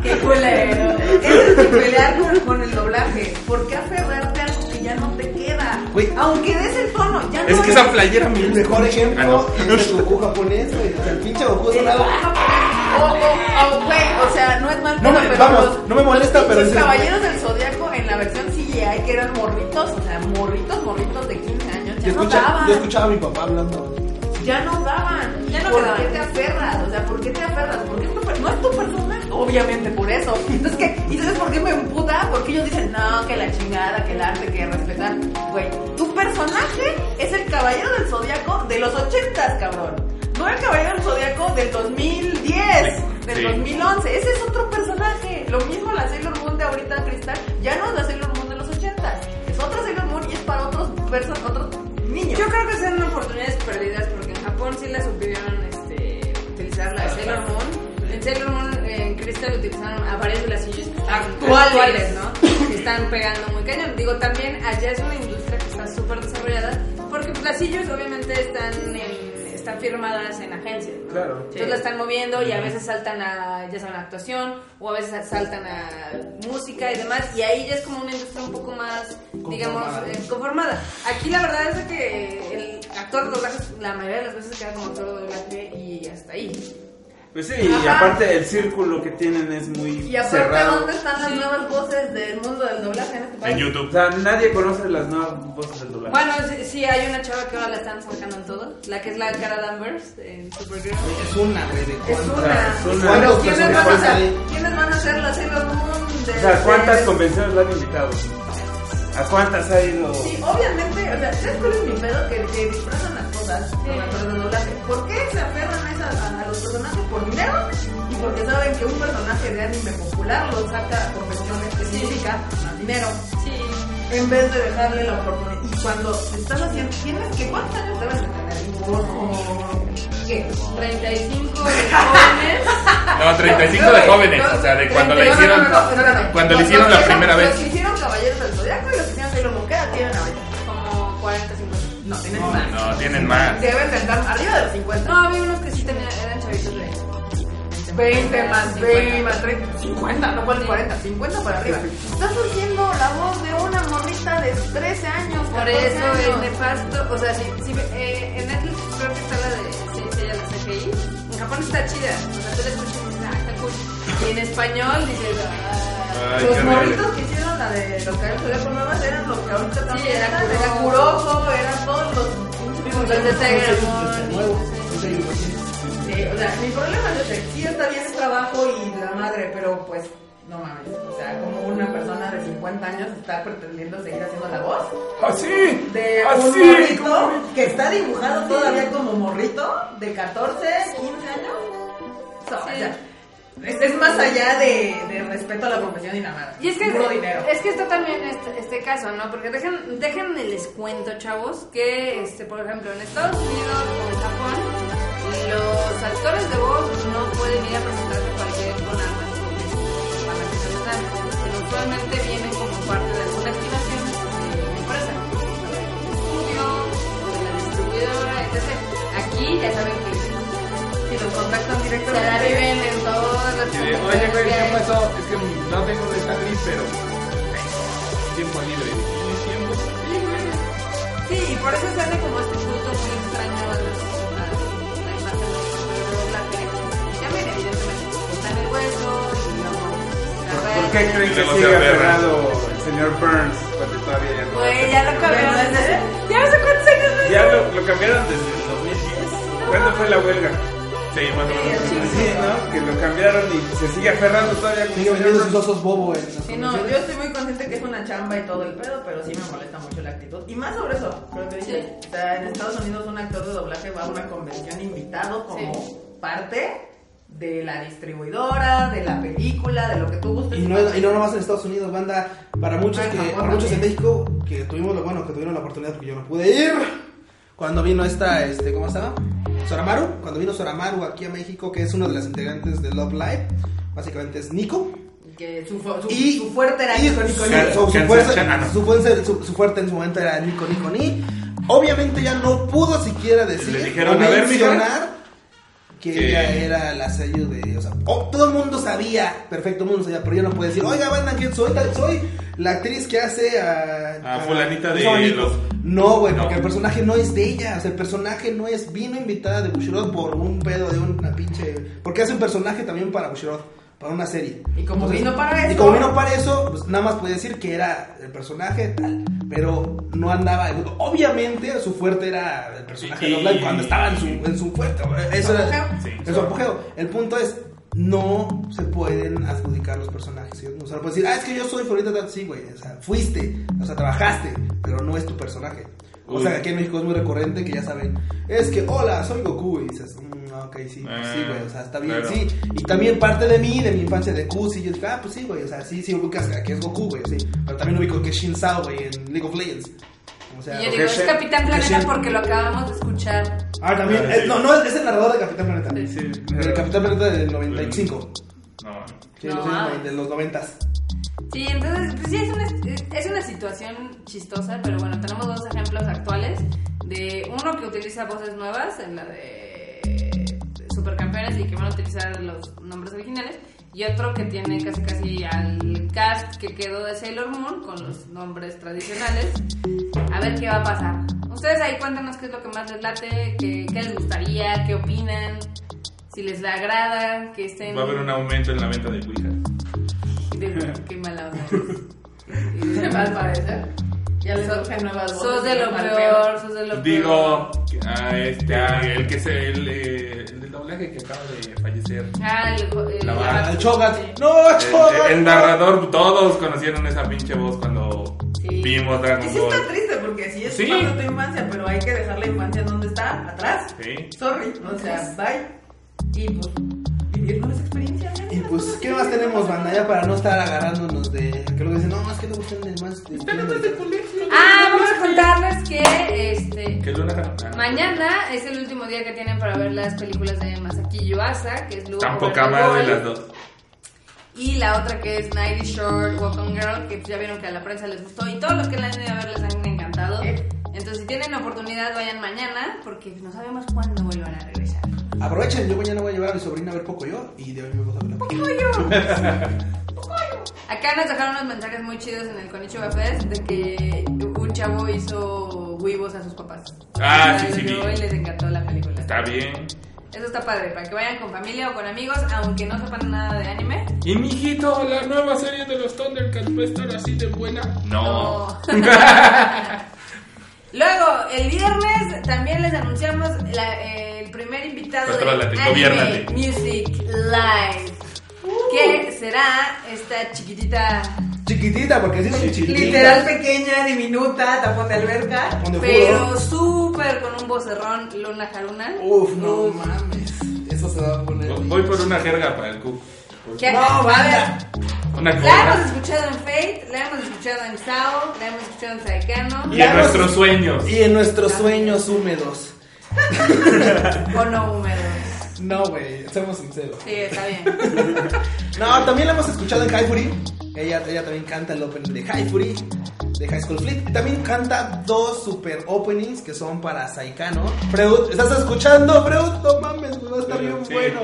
Speaker 5: ¡Qué culero! Eso es de pelear con, con el doblaje. ¿Por qué aferrarte a algo que ya no te queda?
Speaker 4: Güey.
Speaker 5: Aunque des el tono, ya no
Speaker 1: Es que esa playera me
Speaker 4: El mejor ejemplo
Speaker 3: Ah, no.
Speaker 4: es el Goku japonés, güey. O sea, el pinche Goku es
Speaker 5: El
Speaker 4: un lado.
Speaker 5: O, o, o, Oh, güey, o sea, no es mal
Speaker 4: No
Speaker 5: pedo,
Speaker 4: me-
Speaker 5: pero
Speaker 4: vamos,
Speaker 5: los-
Speaker 4: no me molesta,
Speaker 5: los
Speaker 4: pero
Speaker 5: pinches
Speaker 4: es-
Speaker 5: caballeros del zodiaco en la versión CGI que eran morritos, o sea, morritos, morritos de 15 años,
Speaker 4: Yo,
Speaker 5: ya no
Speaker 4: escucha-
Speaker 5: daban.
Speaker 4: yo escuchaba a mi papá hablando.
Speaker 5: Ya no daban.
Speaker 2: Ya no
Speaker 5: ¿Por
Speaker 2: daban.
Speaker 5: qué te aferras? O sea, ¿por qué te aferras? ¿Por qué es tu per- no es tu personaje? Obviamente por eso. Entonces, ¿qué? ¿Y sabes por qué me emputa? Porque ellos dicen, no, que la chingada, que el arte, que respetar. Güey, tu personaje es el caballero del zodiaco de los ochentas, cabrón. No el caballero del zodiaco del 2010, del
Speaker 3: Sí.
Speaker 5: 2011. Ese es otro personaje. Lo mismo la Sailor Moon de ahorita, Cristal. Ya no es la Sailor Moon de los ochentas. Es otra Sailor Moon y es para otros, perso- otros niños.
Speaker 2: Yo creo que son oportunidades perdidas porque en Japón sí la supieron este, utilizar la de Sailor Moon. En Sailor Moon, eh, en Crystal utilizaron a varias de las sillas
Speaker 1: Ah,
Speaker 5: Actuales.
Speaker 2: Pues, ¿no? Que están pegando muy cañón. Digo, también allá es una industria que está súper desarrollada porque pues, las sillas obviamente están, en- están firmadas en agencias. ¿no?
Speaker 1: Claro.
Speaker 2: Entonces la están moviendo y a veces saltan a, ya saben, a actuación o a veces saltan a música y demás. Y ahí ya es como una industria un poco más, digamos,
Speaker 4: Conformada.
Speaker 2: eh, conformada. Aquí la verdad es de que el actor de doblaje la mayoría de las veces queda como actor de doblaje y hasta ahí.
Speaker 1: Pues sí, y
Speaker 5: Ajá.
Speaker 1: aparte el círculo que tienen es muy
Speaker 5: Y aparte,
Speaker 1: cerrado.
Speaker 5: ¿dónde están las nuevas voces del mundo del doblaje en este país?
Speaker 3: En
Speaker 1: O
Speaker 3: YouTube.
Speaker 1: sea, nadie conoce las nuevas voces del doblaje.
Speaker 2: Bueno, sí, sí, hay una chava que ahora la están sacando en todo, la que es la cara Danvers en Supergirl.
Speaker 4: Es una, güey. de
Speaker 5: Es
Speaker 4: cuánto-
Speaker 5: una.
Speaker 1: Es una.
Speaker 5: Pero ¿quiénes van, a
Speaker 4: ¿Cuántos
Speaker 5: ser,
Speaker 4: personajes?
Speaker 5: ¿Quiénes van a ser las Sailor Moon? De,
Speaker 1: O
Speaker 2: este
Speaker 1: sea, ¿cuántas
Speaker 5: de-
Speaker 1: convenciones la han invitado? ¿A cuántas ha ido?
Speaker 5: Sí, obviamente, o sea, ¿sabes cuál es mi pedo? Que, que disfrazan las cosas con actores de doblaje. ¿Por qué se aferran a, esas- a- a los personajes por dinero? Y porque saben que un personaje de anime popular lo saca por cuestión específica, más dinero.
Speaker 2: Sí.
Speaker 5: en vez de dejarle la oportunidad. Y cuando estás haciendo, tienes que, ¿cuántos años debes de tener? Como, ¿Qué?
Speaker 2: 35 jóvenes.
Speaker 3: No, 35 de jóvenes. O sea, de cuando la hicieron. Cuando la hicieron la primera
Speaker 5: Los que
Speaker 3: vez.
Speaker 5: hicieron Caballeros del Zodiaco y los que hicieron Sailor Moon, ¿qué edad tienen ahorita?
Speaker 2: Como 40, 50.
Speaker 5: No, tienen más.
Speaker 3: No, tienen más.
Speaker 5: Deben de estar arriba de los 50.
Speaker 2: No, había unos que sí tenían, eran chavitos de
Speaker 5: 20 más 20
Speaker 2: 20.
Speaker 5: más 30, 50, no cuál 40, 50 para arriba. Estás haciendo la voz de una morrita de 13 años,
Speaker 2: Por
Speaker 5: 14
Speaker 2: eso
Speaker 5: años.
Speaker 2: es nefasto. O sea, si, si, eh, en Netflix creo que está la de Ciencia y la CGI. En Japón está chida. O sea, tú la escuchas y dices, ah, está cool. Y en español dices, ah.
Speaker 3: Ay, qué
Speaker 5: los
Speaker 3: horrible.
Speaker 5: morritos que hicieron la de los que se con nuevas eran los que ahorita también
Speaker 2: era
Speaker 5: eran, era
Speaker 2: Kuroko.
Speaker 5: Kuroko, eran todos los
Speaker 2: Los de Tiger
Speaker 4: De
Speaker 2: Moon.
Speaker 4: nuevo, es de Yuki.
Speaker 5: Sí, o sea, mi problema es ese, sí está bien el trabajo y la madre, pero pues no mames, o sea, como una persona de 50 años está pretendiendo seguir haciendo la voz
Speaker 4: Ah,
Speaker 1: ¡Así!
Speaker 5: de un
Speaker 1: ¡Así!
Speaker 5: morrito que está dibujado todavía como morrito de 14, 15 años. So,
Speaker 2: Sí.
Speaker 5: o sea, es, es más allá de, de respeto a la profesión y la madre.
Speaker 2: Y es que,
Speaker 5: Puro dinero.
Speaker 2: es que está también este, este caso, ¿no? Porque dejen, dejen les cuento, chavos, que, este, por ejemplo, en Estados Unidos o en Japón, los actores de voz no pueden ir a presentarse cualquier con armas porque van a tener daño, pero usualmente vienen como parte de alguna activación de la empresa, o del estudio, o de la distribuidora, etc. Aquí ya saben que si los contactan directamente. Se la viven en todas las
Speaker 1: Y de, Oye, güey, ¿qué pasó? Es que no tengo de salir, pero tengo tiempo libre. Y siempre
Speaker 2: Sí, y por eso sale como este culto muy extraño a los- a la imagen de la tele. Y también, evidentemente, está en el hueso y la
Speaker 1: ¿Por,
Speaker 2: muerte.
Speaker 1: por qué creen que
Speaker 3: Luego se
Speaker 1: sigue
Speaker 3: aferra.
Speaker 1: aferrado el señor Burns cuando todavía ya no
Speaker 2: Güey, ya lo cambiaron.
Speaker 5: ¿Verdad?
Speaker 2: desde- Ya no sé cuántos años desde-
Speaker 1: Ya lo, lo cambiaron desde el 2010. ¿Cuándo fue la huelga?
Speaker 3: Sí, más o menos.
Speaker 2: Sí,
Speaker 1: Sí, ¿no? Que lo cambiaron y se sigue aferrando todavía con el
Speaker 4: Sigue
Speaker 1: señor
Speaker 4: vendiendo sus
Speaker 1: Burns.
Speaker 4: osos bobo en las
Speaker 5: Sí, no,
Speaker 4: convenciones.
Speaker 5: yo estoy muy consciente que es una chamba y todo el pedo, pero sí me molesta mucho la actitud. Y más sobre eso, creo que dije. O sea, en Estados Unidos un actor de doblaje va a una convención invitado como
Speaker 2: Sí.
Speaker 5: parte de la distribuidora, de la película, de lo que tú gustes.
Speaker 4: Y no, y no nomás en Estados Unidos, banda. Para muchos,
Speaker 5: Ah, en
Speaker 4: que,
Speaker 5: Japón
Speaker 4: para muchos en
Speaker 5: también.
Speaker 4: México que tuvimos lo bueno, que tuvieron la oportunidad porque yo no pude ir. Cuando vino esta, este, ¿cómo estaba? Soramaru. Cuando vino Soramaru aquí a México, que es una de las integrantes de Love Live, básicamente es Nico.
Speaker 5: Que su, fu- su-
Speaker 4: Y-
Speaker 5: su fuerte era
Speaker 4: y
Speaker 5: Nico, Nico,
Speaker 4: su-
Speaker 5: Nico.
Speaker 4: su- su
Speaker 3: Can-
Speaker 4: fuerza-
Speaker 3: Can- ah, no.
Speaker 4: su fuerza- su- su fuerte en su momento era Nico Nico Ni. Obviamente ya no pudo siquiera decir
Speaker 3: Le dijeron,
Speaker 4: o
Speaker 3: "A ver, mija".
Speaker 4: mencionar que
Speaker 3: Que-
Speaker 4: ella era la sello de, o sea, oh, todo el mundo sabía, perfecto, todo el mundo sabía, pero yo no puedo decir, oiga, banda, ¿quién soy? Tal- Soy la actriz que hace a...
Speaker 3: A fulanita de
Speaker 4: Sonic".
Speaker 3: los-
Speaker 4: No, güey,
Speaker 3: No.
Speaker 4: porque el personaje no es de ella, o sea, el personaje no es, vino invitada de Bushiroth por un pedo de una pinche... Porque hace un personaje también para Bushiroth, para una serie.
Speaker 5: Y como vino para
Speaker 4: Y
Speaker 5: eso-
Speaker 4: como vino para eso, pues nada más podía decir que era el personaje tal, pero no andaba. Obviamente su fuerte era el personaje
Speaker 3: Sí.
Speaker 4: de Black cuando estaba en su, en su fuerte. Eso era
Speaker 3: Sí.
Speaker 4: en su apogeo. El punto es, no se pueden adjudicar los personajes. ¿sí? O sea, no puedes decir, ah, es que yo soy Florita tal. Sí, güey. O sea, fuiste, o sea, trabajaste, pero no es tu personaje. O sea,
Speaker 3: Uy.
Speaker 4: aquí en México es muy recurrente que ya saben, es que, hola, soy Goku. Y dices, "Mm, ok, sí, pues sí, güey. O sea, está bien,
Speaker 3: Ah, Claro.
Speaker 4: sí. Y también parte de mí, de mi infancia de Q, sí, yo dije, ah, pues sí, güey, o sea, sí, sí, ubicas que es Goku, güey, sí. Pero también ubico que es Shin Sao, güey, en League of Legends. O sea,
Speaker 2: Y yo digo, es
Speaker 1: Keshen-
Speaker 2: Capitán Planeta
Speaker 4: Keshen.
Speaker 2: porque Pues lo acabamos de escuchar.
Speaker 4: ah, también,
Speaker 3: Ah,
Speaker 4: eh,
Speaker 3: sí.
Speaker 4: no, no, es el narrador de Capitán Planeta.
Speaker 1: Sí,
Speaker 4: El
Speaker 1: pero-
Speaker 4: Capitán Planeta del 95.
Speaker 3: No,
Speaker 4: Sí,
Speaker 2: No,
Speaker 4: sí,
Speaker 2: ah.
Speaker 4: de los 90.
Speaker 2: Sí, entonces, pues sí, es una, es una situación chistosa, pero bueno, tenemos dos ejemplos actuales de uno que utiliza voces nuevas en la de Supercampeones y que van a utilizar los nombres originales, y otro que tiene casi casi al cast que quedó de Sailor Moon con los nombres tradicionales. A ver qué va a pasar. Ustedes ahí cuéntanos qué es lo que más les late, qué, qué les gustaría, qué opinan, si les agrada, que estén...
Speaker 3: Va a haber un aumento en la venta de Ouija.
Speaker 2: de- qué mala onda.
Speaker 5: Al parecer, Ya les surgen nuevas voces.
Speaker 2: Sos de lo
Speaker 5: Al
Speaker 2: peor, sos de lo peor.
Speaker 3: Digo, a este, el que se, el, eh, el del doblaje que acaba de fallecer.
Speaker 2: Ah, el, jo- el-
Speaker 3: La
Speaker 2: la
Speaker 3: va-
Speaker 2: va-
Speaker 4: Al Chogat.
Speaker 2: Sí.
Speaker 4: No,
Speaker 3: El,
Speaker 4: Chogat.
Speaker 3: el narrador, todos conocieron esa pinche voz cuando
Speaker 2: Sí.
Speaker 3: vimos
Speaker 5: Y
Speaker 3: Dragon
Speaker 5: sí está
Speaker 3: Ball.
Speaker 5: triste porque sí es
Speaker 3: Sí.
Speaker 5: parte de tu infancia, pero hay que dejar la infancia en donde está, atrás.
Speaker 3: Sí.
Speaker 5: Sorry, o sea, bye. Y pues, vivir nuevas experiencias.
Speaker 4: Y pues, ¿qué más tenemos, banda? Ya para no estar agarrándonos de. Que luego dicen, no, es que no gustan de más. de-
Speaker 2: Ah, vamos a contarles que este
Speaker 3: Que Luna ah,
Speaker 2: mañana es el último día que tienen para ver las películas de Masaki Yuasa, que es Lugo
Speaker 3: Tan poca
Speaker 2: Overboard,
Speaker 3: madre las dos.
Speaker 2: Y la otra que es Nighty Short, Walk on Girl, que ya vieron que a la prensa les gustó y todos los que la han ido a ver les han encantado. Entonces, si tienen oportunidad, vayan mañana, porque no sabemos cuándo vuelvan a regresar.
Speaker 4: Aprovechen, yo mañana voy a llevar a mi sobrina a ver Pocoyo y de hoy me voy a ver
Speaker 2: Acá nos dejaron unos mensajes muy chidos en el Konichiwa Fest de que un chavo hizo huevos a sus papás.
Speaker 3: Ah,
Speaker 2: O sea,
Speaker 3: sí, sí,
Speaker 2: los llevó
Speaker 3: vi.
Speaker 2: Y les encantó la película.
Speaker 3: Está bien.
Speaker 2: Eso está padre, para que vayan con familia o con amigos, aunque no sepan nada de anime.
Speaker 3: Y mijito, la nueva serie de los Thundercats va a estar así de buena. No.
Speaker 2: Luego, el viernes también les anunciamos la- eh, el primer invitado
Speaker 3: Contrólate,
Speaker 2: de Anime
Speaker 3: gobiérnate.
Speaker 2: Music Live, que será esta chiquitita
Speaker 4: Chiquitita, porque sí soy chiquitita.
Speaker 5: Literal pequeña, diminuta, tapón de alberca.
Speaker 4: Con de
Speaker 2: Pero
Speaker 4: jugo.
Speaker 2: súper con un vocerrón, Luna Haruna.
Speaker 4: Uf, no mames. Eso se va a poner.
Speaker 3: Voy por una jerga para el cook.
Speaker 2: Que-
Speaker 4: No,
Speaker 2: a
Speaker 4: banda.
Speaker 2: ver,
Speaker 3: Una
Speaker 2: La hemos
Speaker 3: cosa.
Speaker 2: escuchado en Fate, la hemos escuchado en Sao, la hemos escuchado en Saikano,
Speaker 3: Y en nuestros sueños.
Speaker 4: Y en nuestros sueños húmedos.
Speaker 2: con no húmedos.
Speaker 4: No, güey, seamos sinceros.
Speaker 2: Sí, está bien.
Speaker 4: No, también la hemos escuchado en Haifuri. Ella, ella también canta el opening de Haifuri. de High School Fleet. Y también canta dos super openings que son para Saikano. Freud, ¿estás escuchando, Freud? No mames, güey, va a estar bien
Speaker 3: Sí.
Speaker 4: bueno.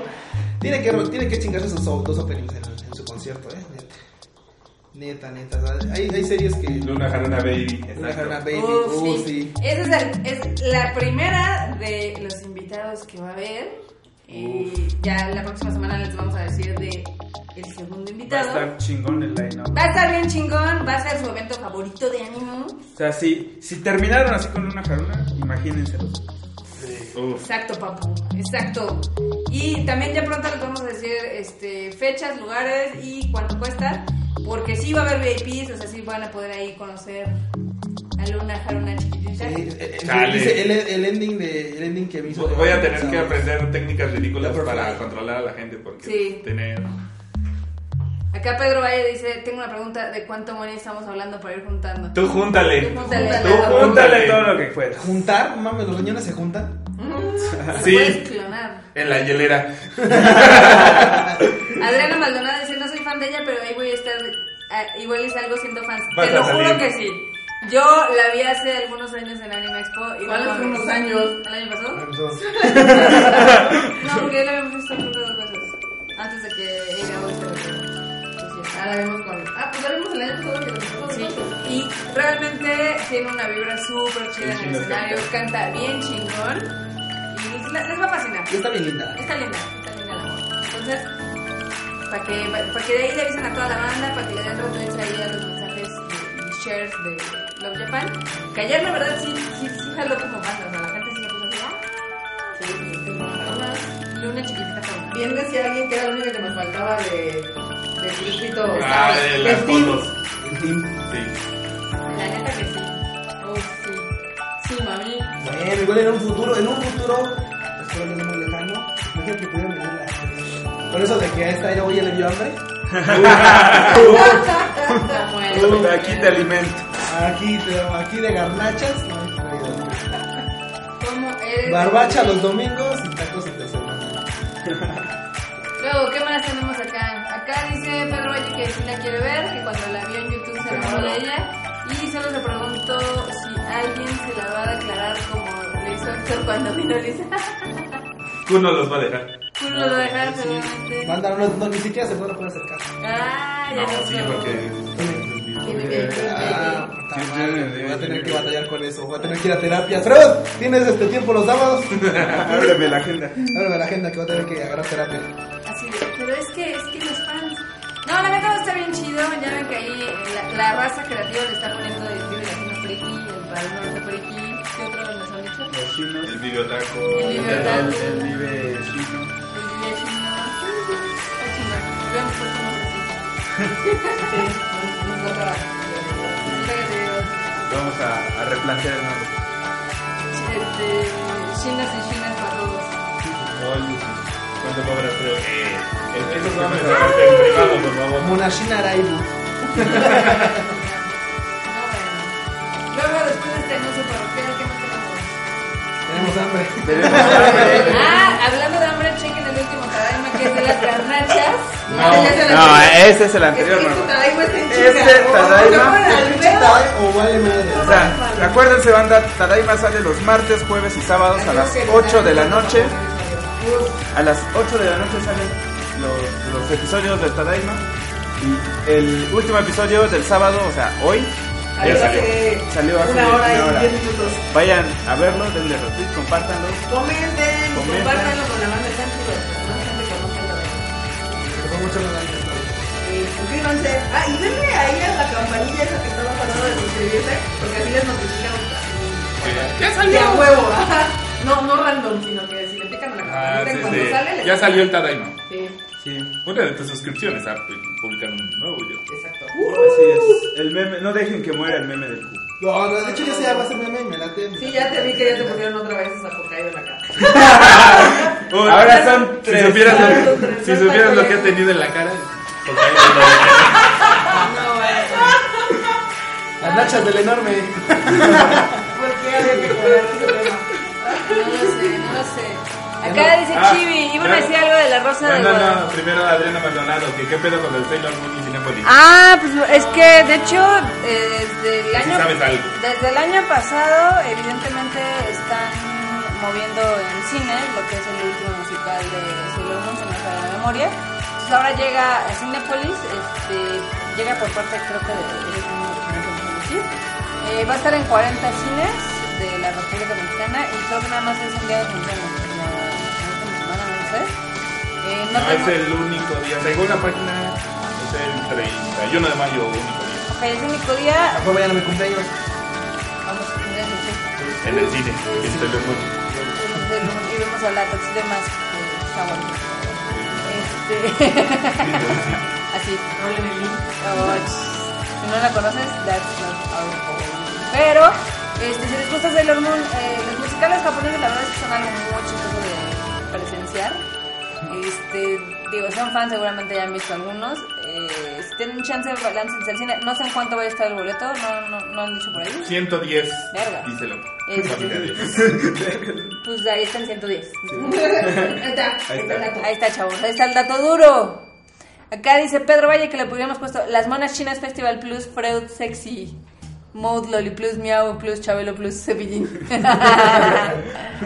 Speaker 4: Tiene que, tiene que chingarse esos o- dos openings en, en su concierto, eh. Neta, neta. neta. Hay, hay series que.
Speaker 3: Luna Haruna Baby.
Speaker 4: Una Haruna
Speaker 3: Exacto.
Speaker 4: Baby,
Speaker 2: Uf,
Speaker 4: uh,
Speaker 2: Oh, sí.
Speaker 4: sí.
Speaker 2: Esa es, la- es la primera de los invitados que va a haber. Y ya la próxima semana les vamos a decir de el segundo
Speaker 1: Va a
Speaker 2: invitado.
Speaker 1: estar chingón el line
Speaker 2: Va a estar bien chingón, va a ser su evento favorito de anime.
Speaker 1: O sea, si, si terminaron así con una jaruna, imagínense los otros.
Speaker 3: Uf.
Speaker 2: Exacto, papu, exacto. Y también ya pronto les vamos a decir este, fechas, lugares y cuánto cuesta. Porque sí va a haber VIPs, o sea, sí van a poder ahí conocer a Luna Haruna chiquitita.
Speaker 4: Sí, eh, eh,
Speaker 3: Chale.
Speaker 4: dice el, el ending de el ending que me hizo
Speaker 3: Voy a tener
Speaker 4: Saúl.
Speaker 3: que aprender técnicas ridículas
Speaker 4: La
Speaker 3: para
Speaker 4: perfecta.
Speaker 3: controlar a la gente porque
Speaker 2: Sí.
Speaker 3: tener
Speaker 2: Acá Pedro Valle dice, tengo una pregunta de cuánto money estamos hablando para ir juntando.
Speaker 3: Tú júntale.
Speaker 2: Tú júntale.
Speaker 3: Tú júntale.
Speaker 1: Pregúntale todo lo que puedas.
Speaker 4: juntar, mames, los riñones se juntan.
Speaker 2: Se
Speaker 3: Sí.
Speaker 2: puedes clonar.
Speaker 3: En la hielera.
Speaker 2: Adriana Maldonado dice, no soy fan de ella, pero ahí voy a estar, ah, igual y salgo siendo fan.
Speaker 3: Vas
Speaker 2: Te
Speaker 3: a
Speaker 2: lo juro
Speaker 3: salir.
Speaker 2: que sí. Yo la vi hace algunos años en Anime Expo.
Speaker 5: ¿Cuál
Speaker 2: hace
Speaker 5: hace unos años?
Speaker 2: ¿El año pasado?
Speaker 4: Entonces,
Speaker 2: No, porque la habíamos visto juntos dos veces. Antes de que ella hoy se retirara.
Speaker 5: Ah, la vemos con. Ah, pues la vimos el año pasado que la vimos.
Speaker 2: Sí, y realmente tiene una vibra súper chida en el escenario, canta bien chingón y la- les va a fascinar.
Speaker 4: y está bien linda.
Speaker 2: Está linda, está linda la voz. Entonces, para que, pa' que de ahí le avisen a toda la banda, para que le den retweets ahí a los mensajes y- y shares de Love Japan. Que ayer la verdad sí, sí, sí jaló como banda, o sea, la gente sí se puso así, ah, sí, sí, sí, una luna chiquitita como.
Speaker 5: Bien decía alguien que era lo único que nos faltaba de. de Crispito.
Speaker 3: Ah, de las
Speaker 5: De Tim.
Speaker 3: fotos. Sí.
Speaker 2: La neta que sí. Oh, sí. Sí, mami.
Speaker 4: Bueno, igual en un futuro, en un futuro, espero que no muy lejano, imagínate que pudieran venir las Por eso de que a esta era hoy ya le dio hambre.
Speaker 2: Como el-
Speaker 1: Aquí te alimento.
Speaker 4: Aquí, te- aquí de garnachas, no hay comida.
Speaker 2: ¿Cómo eres?
Speaker 4: Barbacha los domingos y tacos entre semana.
Speaker 2: Luego, ¿qué más tenemos acá? Acá dice Pedro Valle que sí la quiere ver, que cuando la vio en YouTube se enamoró de ella. Y solo se preguntó si alguien se la va a declarar como le hizo Héctor cuando vino Lisa.
Speaker 3: Uno los va a dejar.
Speaker 2: Tú no lo dejaste, seguramente.
Speaker 4: Mandaron, no, no, ni siquiera se fueron a poder acercar.
Speaker 2: Ah, ya
Speaker 3: No,
Speaker 2: no,
Speaker 3: sí,
Speaker 2: sé.
Speaker 3: porque.
Speaker 4: Ah, puta madre, voy a tener que batallar con eso, voy a tener que ir a terapia. Fred, tienes este tiempo los sábados.
Speaker 1: Ábreme la agenda.
Speaker 4: Ábreme la agenda que voy a tener que agarrar terapia.
Speaker 2: Así de, pero es que, es que los fans. No, la neta está bien chido. Ya ven que ahí eh, la, la raza creativa le está poniendo el vive latino friki, el padrino norte friki. ¿Qué otro nos han dicho?
Speaker 1: Los chinos.
Speaker 3: El videotaco.
Speaker 2: El videotaco.
Speaker 1: Él vive chino.
Speaker 2: El vive chino. Está chingón. Vean por qué nombre sí.
Speaker 5: Nos
Speaker 2: Ahorita
Speaker 5: faltaba.
Speaker 2: que te digo,
Speaker 1: Vamos a, a replantear el nombre.
Speaker 2: ch- este, Chinas y chinas para todos.
Speaker 3: Oye, ¿Cuánto cobras? Pero, eh, el- esos vamos a dejarte en privado, por favor.
Speaker 4: Monashina Araibu.
Speaker 2: No, bueno. Luego después de este anuncio parroquial, ¿qué más tenemos?
Speaker 4: Tenemos hambre.
Speaker 2: Ah, hablando de hambre, chequen el último Tadaima que es de las garnachas.
Speaker 5: Ah, ya se la
Speaker 1: No,
Speaker 5: perdí.
Speaker 1: ese es el
Speaker 5: Es
Speaker 1: anterior,
Speaker 5: que tu
Speaker 1: hermano.
Speaker 5: Tadaima está en
Speaker 1: Ese
Speaker 5: chinga. Oh,
Speaker 1: Tadaima-
Speaker 5: ¿te acuerdas del
Speaker 4: ¿Pinche
Speaker 5: pedo?
Speaker 4: tal o vale madre?
Speaker 1: O sea, acuérdense, banda, Tadaima sale los martes, jueves y sábados a las 8 de la noche. A las 8 de la noche salen los, los episodios de Tadaima. Y el último episodio del sábado, o sea, hoy,
Speaker 3: Ya salió.
Speaker 5: Hace
Speaker 1: Salió hace
Speaker 5: Una hora
Speaker 1: una hora.
Speaker 5: y diez minutos.
Speaker 1: vayan a verlo, denle retweet, compártanlo.
Speaker 5: Comenten,
Speaker 1: Comenten.
Speaker 5: compártanlo con la banda de Santos, con la gente que no se lo ve.
Speaker 4: Fue mucho más grande.
Speaker 5: Eh, suscríbanse. Ah, y denle ahí a la campanilla esa que estaba pasando de suscribirse, porque así les notifican.
Speaker 3: Ya
Speaker 5: ¡Ya a huevo! ajá. No, no random, sino que si le pican a la
Speaker 3: Ah,
Speaker 5: campanita
Speaker 3: sí,
Speaker 5: y cuando
Speaker 3: sí.
Speaker 5: sale, les-
Speaker 3: Ya salió el Tadaima.
Speaker 5: Sí,
Speaker 1: Sí,
Speaker 3: Una de tus suscripciones, ah, publican un nuevo video.
Speaker 5: exacto.
Speaker 1: así es. El meme, no dejen que muera el meme del cu.
Speaker 4: No, no, de hecho ya se llama ese meme y me late.
Speaker 5: Sí, ya te vi que ya te pusieron otra vez esa cocaína en la cara.
Speaker 3: Uy,
Speaker 1: Ahora son
Speaker 3: si
Speaker 1: tres.
Speaker 3: supieras,
Speaker 5: Ahora
Speaker 3: lo,
Speaker 5: son tres.
Speaker 3: si supieras lo que he tenido en la cara. porque ahí lo veo.
Speaker 2: No, bueno.
Speaker 4: Las nachas del enorme.
Speaker 5: ¿Por qué había que cobrar ese tema?
Speaker 2: No lo sé, no lo sé. Acá dice
Speaker 3: Ah,
Speaker 2: Chibi, iban a
Speaker 3: claro.
Speaker 2: decir algo de la
Speaker 3: No,
Speaker 2: rosa de
Speaker 3: no, no,
Speaker 2: Guadalupe.
Speaker 3: primero Adriana Maldonado, que qué pedo con el Sailor Moon y Cinépolis.
Speaker 2: Ah, pues es que de hecho, eh, desde el
Speaker 3: Sí
Speaker 2: año,
Speaker 3: sabes algo.
Speaker 2: desde el año pasado, evidentemente están moviendo en cine lo que es el último musical de Sailor Moon, se me acaba la memoria. Entonces ahora llega a Cinepolis, este, llega por parte creo que de Eres un original de Medellín. Eh, va a estar en 40 cines de la República Mexicana y creo que nada más es un día de funciones, como la última semana, no sé. Eh, no
Speaker 3: No
Speaker 2: tengo-
Speaker 3: Ah, es el único día, según la página, es el 31 de mayo, único día,
Speaker 2: Ok, es el único día,
Speaker 4: Mejor vayan a mi cumpleaños.
Speaker 2: Vamos a tener el
Speaker 3: en el cine, en Sailor Moon.
Speaker 2: y vemos a la taxi de más que está bonito. Este. Así. Oh, ch- Si no la conoces, that's not our fault. Pero, este, si les gusta Sailor Moon, eh, los musicales japoneses la verdad es que son algo muy chistoso de presenciar. Este, digo, son fans, seguramente ya han visto algunos. Eh, si tienen chance, láncense al cine. No sé en cuánto va a estar el boleto, no, no, no han dicho por ahí.
Speaker 3: 110,
Speaker 2: Verga.
Speaker 3: díselo.
Speaker 2: Este.
Speaker 3: Familia de-
Speaker 2: Pues ahí está el 110.
Speaker 5: Ahí está, ahí
Speaker 1: Ahí está.
Speaker 5: está el dato.
Speaker 2: Ahí está, chavos. Ahí está el dato duro. Acá dice Pedro Valle que le pudiéramos puesto Las Monas Chinas Festival Plus Freud Sexy Mode Loli Plus Miau Plus Chabelo Plus Cepillín.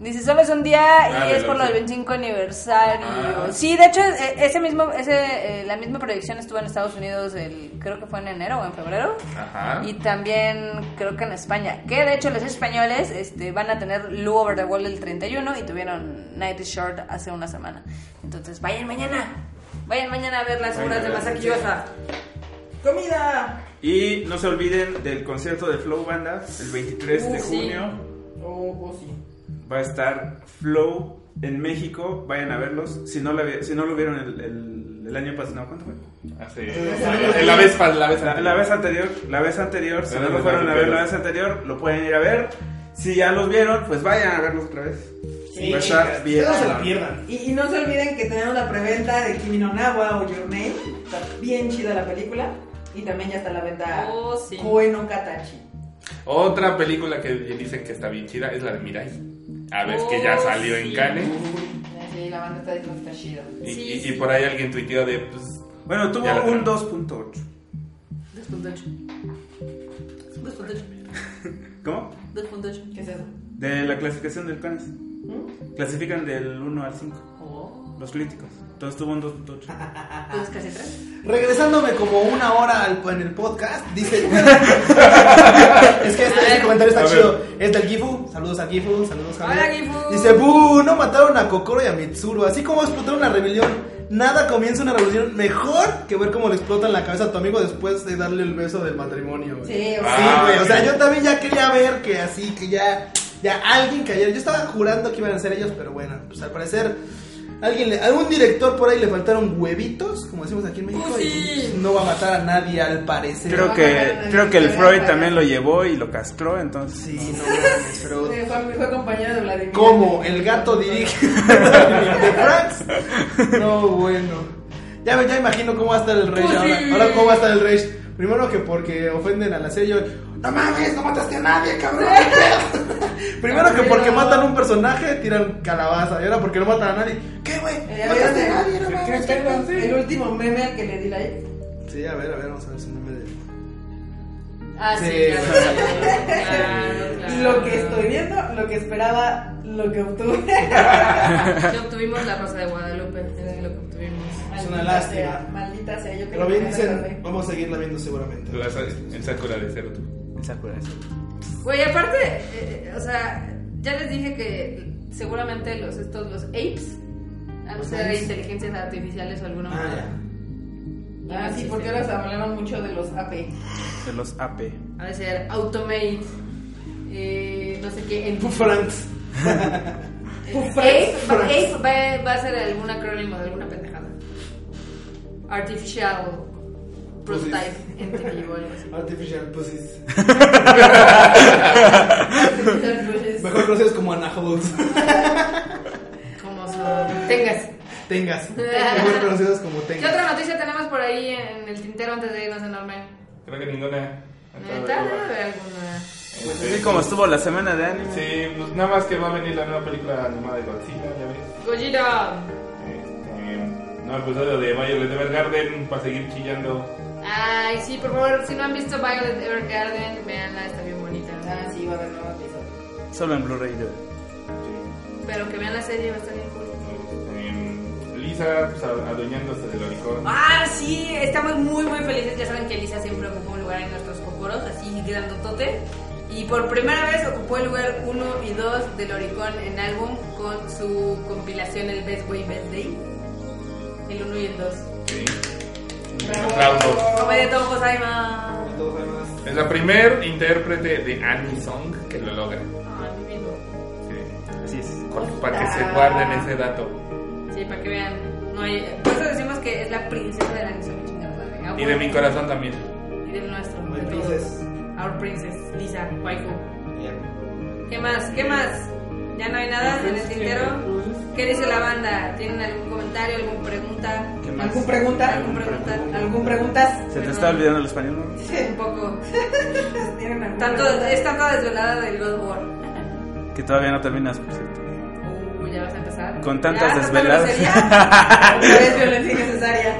Speaker 2: dice, solo es un día
Speaker 3: Ah,
Speaker 2: y
Speaker 3: de
Speaker 2: es por lo
Speaker 3: Loli.
Speaker 2: del 25 aniversario.
Speaker 3: Ah.
Speaker 2: Sí, de hecho, e- ese mismo, ese, eh, la misma proyección estuvo en Estados Unidos, el, creo que fue en enero o en febrero.
Speaker 3: Ajá.
Speaker 2: Y también creo que en España, que de hecho los españoles este, van a tener Lou Over the Wall el 31 y tuvieron Night is Short hace una semana. Entonces vayan mañana, vayan mañana a ver las obras de
Speaker 5: Aquí
Speaker 2: Masaki
Speaker 5: vas a- ¡Comida!
Speaker 1: Y no se olviden del concierto de Flow Banda el 23 de
Speaker 2: Uh, sí.
Speaker 1: junio.
Speaker 5: Oh, oh, sí.
Speaker 1: Va a estar Flow en México. Vayan a verlos. Si no, la vi- si no lo vieron el, el- el año pasado, no, ¿cuánto fue?
Speaker 3: Hace, la vez, pa- la vez,
Speaker 1: Pues, La, la vez anterior, la vez anterior, si
Speaker 3: La
Speaker 1: no
Speaker 3: vez
Speaker 1: lo fueron a
Speaker 3: anterior.
Speaker 1: ver la vez anterior, lo pueden ir a ver. Si ya los vieron, pues vayan a verlos otra vez. Va a estar bien.
Speaker 4: Ustedes No se la pierdan.
Speaker 5: Y, y no se olviden que tenemos la preventa de Kimi no Nawa o Your Name. Está bien chida la película. Y también ya está a la venta
Speaker 2: Oh, sí.
Speaker 5: Koe no Katachi.
Speaker 3: Otra película que dicen que está bien chida es la de Mirai. A ver, que ya
Speaker 2: Oh,
Speaker 3: salió en
Speaker 2: sí.
Speaker 3: Cannes.
Speaker 5: Sí, la banda está diciendo que está chida.
Speaker 3: Y,
Speaker 2: Sí,
Speaker 3: y-
Speaker 2: sí.
Speaker 3: y por ahí alguien tuiteó de, pues,
Speaker 1: Bueno, tuvo
Speaker 3: Ya la
Speaker 1: un
Speaker 3: tenemos.
Speaker 1: 2.8.
Speaker 2: 2.8. 2.8.
Speaker 1: ¿Cómo?
Speaker 2: 2.8.
Speaker 5: ¿Qué es eso?
Speaker 1: De la clasificación del Canes. Clasifican del 1 al 5,
Speaker 5: Oh.
Speaker 1: los críticos. Entonces tuvo un 2.8.
Speaker 2: Entonces casi tres.
Speaker 4: Regresándome como una hora al- en el podcast, dice. es que este, este comentario
Speaker 3: A
Speaker 4: está
Speaker 3: ver.
Speaker 4: chido. Es del Gifu. Saludos a Gifu. Saludos a
Speaker 2: Hola, Gifu.
Speaker 4: Dice, "Bu, no mataron a Kokoro y a Mitsuru. Así como explotaron una rebelión. Nada comienza una revolución mejor que ver cómo le explotan la cabeza a tu amigo después de darle el beso del matrimonio. güey".
Speaker 5: Sí, o
Speaker 4: Sí,
Speaker 5: sea.
Speaker 3: Ah,
Speaker 4: güey. O
Speaker 3: ok.
Speaker 4: sea, yo también ya quería ver que así, que ya, ya alguien cayera. Yo estaba jurando que iban a ser ellos, pero bueno, pues al parecer. Alguien le- algún director por ahí le faltaron huevitos, como decimos aquí en México,
Speaker 2: Pues
Speaker 4: y
Speaker 2: sí.
Speaker 4: no va a matar a nadie al parecer.
Speaker 1: Creo que, creo que el Freud también lo llevó y lo castró, entonces
Speaker 4: Sí, no mames, pero
Speaker 5: eh, Fue, fue compañero de Vladimir.
Speaker 4: ¿Cómo? El gato dirige de Franks. No, bueno. Ya, me- ya imagino cómo va a estar el rey.
Speaker 2: Pues
Speaker 4: Ahora,
Speaker 2: sí.
Speaker 4: ahora cómo va a estar el rey. Primero que porque ofenden a la serie. No mames, no mataste a nadie, cabrón. ¿qué pedo?" Primero que porque matan a un personaje, tiran calabaza. Y ahora porque no matan a nadie. ¿Qué, güey?
Speaker 5: Eh,
Speaker 4: Mataste a
Speaker 5: ¿vieron
Speaker 4: nadie, no
Speaker 5: el-
Speaker 4: mames, ¿qué pedo?"
Speaker 5: el, el último meme al que le di like.
Speaker 4: Sí, a ver, a ver, vamos a ver si no me de...
Speaker 2: Ah, sí,
Speaker 4: Sí,
Speaker 2: claro. Claro, claro.
Speaker 5: Lo que estoy viendo, lo que esperaba, lo que obtuve.
Speaker 2: Que obtuvimos la rosa de Guadalupe. Es lo que obtuvimos.
Speaker 4: Es
Speaker 5: Maldita
Speaker 4: una lástima.
Speaker 5: sea, Maldita sea, yo
Speaker 4: Pero
Speaker 5: creo que
Speaker 4: bien
Speaker 5: me
Speaker 4: dicen,
Speaker 5: atrasé.
Speaker 4: vamos a seguirla viendo seguramente.
Speaker 3: la sa- en Sakura de Cero.
Speaker 2: Güey, aparte, eh, o sea, ya les dije que seguramente los estos, los apes, han de ser
Speaker 4: apes.
Speaker 2: inteligencias artificiales o alguna
Speaker 4: Ah,
Speaker 2: manera.
Speaker 4: ya.
Speaker 5: Ah, sí, porque ahora se hablaron mucho de los AP.
Speaker 1: de los AP.
Speaker 2: Ha de ser automate, eh, no sé qué, en
Speaker 4: Franks.
Speaker 2: Ape, va, ape va, va a ser algún acrónimo de alguna pendejada. Artificial Prototype
Speaker 5: Pues
Speaker 2: Entity o algo así.
Speaker 4: Artificial Pussies.
Speaker 5: Entonces,
Speaker 4: Mejor conocidos como Anaholes.
Speaker 2: Como se tengas.
Speaker 4: Tengas. Mejor conocidos como
Speaker 2: ¿Qué
Speaker 4: Tengas.
Speaker 2: otra noticia tenemos por ahí en el tintero antes de irnos a Norman?
Speaker 3: Creo que ninguna.
Speaker 2: Tal vez alguna.
Speaker 1: Pues así como estuvo la semana de anime.
Speaker 3: Sí, pues nada más que va a venir la nueva película animada de Godzilla, ya ves.
Speaker 2: Gojira.
Speaker 3: Este, nuevo episodio de Violet Evergarden para seguir chillando.
Speaker 2: Ay, sí, por favor, si no han visto Violet Evergarden, veanla, está bien bonita.
Speaker 5: Ah, sí, va a haber nuevo episodio.
Speaker 1: Solo en Blu-ray. yo-
Speaker 3: Sí.
Speaker 2: Pero que vean la serie, va a estar bien cool.
Speaker 3: Este, Lisa pues, a- adueñándose del unicornio.
Speaker 2: Ah, sí, estamos muy, muy felices. Ya saben que Elisa siempre ocupó un lugar en nuestros cocoros, así grandotote. Y por primera vez ocupó el lugar 1 y 2 del Oricon en álbum con su compilación El Best Way, Best Day. El 1 y el 2.
Speaker 3: Sí. Un aplauso.
Speaker 2: Obedeto Gozaima.
Speaker 3: Es la primer intérprete de anime song que lo logra.
Speaker 2: Ah, divino.
Speaker 3: Sí.
Speaker 1: Así es.
Speaker 3: Por- Para que se guarden ese dato.
Speaker 2: Sí, para que vean. No hay... Por eso decimos que es la princesa de la misión chingada. madre. Ah,
Speaker 3: Y de mi corazón también.
Speaker 2: Y del nuestro.
Speaker 4: My
Speaker 2: de todos.
Speaker 4: princess.
Speaker 2: Our princess, Lisa, Waifu. ¿Qué más? ¿Qué más? ¿Ya no hay nada en el tintero? ¿Qué dice la banda? ¿Tienen algún comentario, alguna pregunta?
Speaker 1: ¿Qué más?
Speaker 5: ¿Algún pregunta?
Speaker 2: ¿Algún pregunta?
Speaker 5: ¿Algún preguntas?
Speaker 1: ¿Se te está olvidando el español? no?
Speaker 2: Un poco.
Speaker 5: ¿Tienen alguna
Speaker 2: Tanto,
Speaker 5: pregunta?
Speaker 2: es tanta desvelada del God War.
Speaker 1: Que todavía no terminas, por cierto.
Speaker 2: Uy, ya vas a empezar.
Speaker 1: Con tantas
Speaker 2: Ya, tanta
Speaker 1: desveladas.
Speaker 3: Ah.
Speaker 2: grosería.
Speaker 5: Es violencia innecesaria.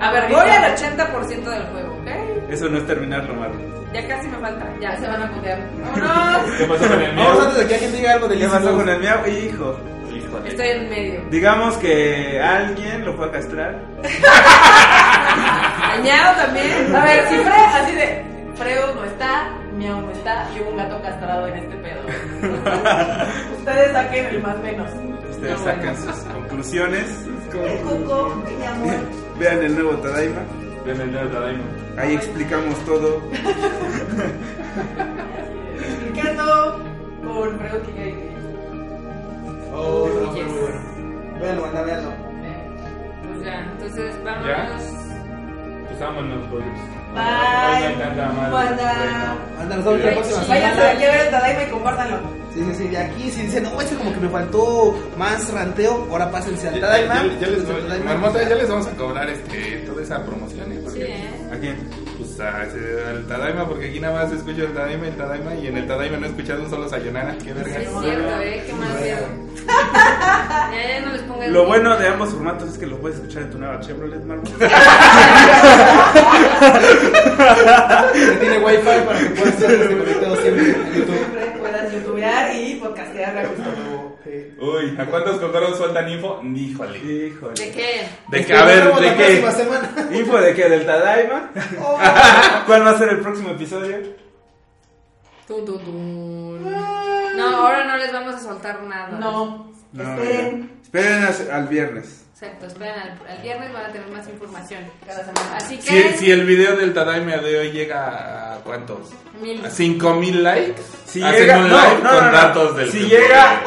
Speaker 2: A ver, voy al 80% del juego, ¿ok?
Speaker 1: Eso no es terminarlo, Marlon.
Speaker 2: Ya casi me falta. Ya, se van a putear. ¡Vámonos!
Speaker 3: ¿Qué pasó con el
Speaker 4: Vamos
Speaker 3: mío?
Speaker 4: antes de que alguien diga algo de
Speaker 1: ¿Qué pasó con
Speaker 4: Lisa.
Speaker 1: el miau? Hijo.
Speaker 3: Híjole.
Speaker 2: Estoy en medio.
Speaker 1: Digamos que alguien lo fue a castrar.
Speaker 2: Añado también.
Speaker 5: A ver, si Fre, así de Freo no está, Miau no está y hubo un gato castrado en este pedo. Ustedes saquen el más menos.
Speaker 1: Ustedes
Speaker 2: No,
Speaker 1: sacan
Speaker 2: bueno.
Speaker 1: sus conclusiones.
Speaker 5: El cuco, mi amor.
Speaker 1: Vean el nuevo Tadaima.
Speaker 3: Ven el dedo de Tadaima.
Speaker 1: Ahí explicamos todo.
Speaker 5: Explicando con Freo que ya
Speaker 4: Oh, no, fue muy bueno. Véanlo, anda, véanlo.
Speaker 2: Pues ya, entonces vámonos.
Speaker 3: Pues vámonos, pues.
Speaker 5: Bye.
Speaker 3: Hoy me encanta, madre.
Speaker 5: Banda.
Speaker 4: Anda, nos vemos la
Speaker 2: Ay,
Speaker 4: próxima
Speaker 2: sí,
Speaker 5: Vayan
Speaker 4: semana.
Speaker 5: a llevar el Tadaima y compártanlo.
Speaker 4: Sí, sí, sí, de aquí si dicen, no, este como que me faltó más ranteo, ahora pásense al
Speaker 3: Ya, ya-
Speaker 4: Tadaima.
Speaker 3: ya- ya les
Speaker 4: Pásense al Tadaima.
Speaker 3: Marmota, ya les vamos a cobrar este, toda esa promoción. ¿eh? Porque,
Speaker 2: Sí, ¿eh?
Speaker 1: ¿A quién?
Speaker 3: Pues a- ese- al Tadaima, porque aquí nada más escucho el Tadaima, el Tadaima, y en el Tadaima no he escuchado un solo Sayonara. Qué
Speaker 2: Sí,
Speaker 3: verga.
Speaker 2: es cierto, ¿eh? Qué mal pedo. Ya, ya no les pongas.
Speaker 1: Lo bueno de ambos formatos es que lo puedes escuchar en tu nueva Chevrolet, Marlon.
Speaker 4: Que tiene wifi para que puedas estar conectado siempre en YouTube.
Speaker 5: Siempre puedas youtubear y podcastear a gusto.
Speaker 3: Uy, ¿a cuántos cocoros sueltan info? Híjole.
Speaker 2: ¿De
Speaker 1: Híjole.
Speaker 2: qué?
Speaker 3: De que, a ver,
Speaker 4: Este, Nos vemos
Speaker 3: ¿de
Speaker 4: la
Speaker 3: qué?
Speaker 4: próxima semana.
Speaker 1: ¿Info de qué? ¿Del Tadaima? ¿Cuál va a ser el próximo episodio?
Speaker 2: Tú, tú, tú. No, ahora no les vamos a soltar nada.
Speaker 5: No,
Speaker 1: No,
Speaker 5: esperen.
Speaker 1: ya. Esperen as- al viernes.
Speaker 2: Exacto, esperen al, al viernes van a tener más información.
Speaker 5: Cada semana.
Speaker 2: Así que.
Speaker 3: Si, si el video del Tadaima de hoy llega a cuántos?
Speaker 2: Mil.
Speaker 3: A 5000 likes.
Speaker 1: Si
Speaker 3: hacen
Speaker 1: llega,
Speaker 3: un
Speaker 1: no,
Speaker 3: live
Speaker 1: no,
Speaker 3: con
Speaker 1: no, no.
Speaker 3: datos del
Speaker 1: Si
Speaker 3: YouTube.
Speaker 1: llega,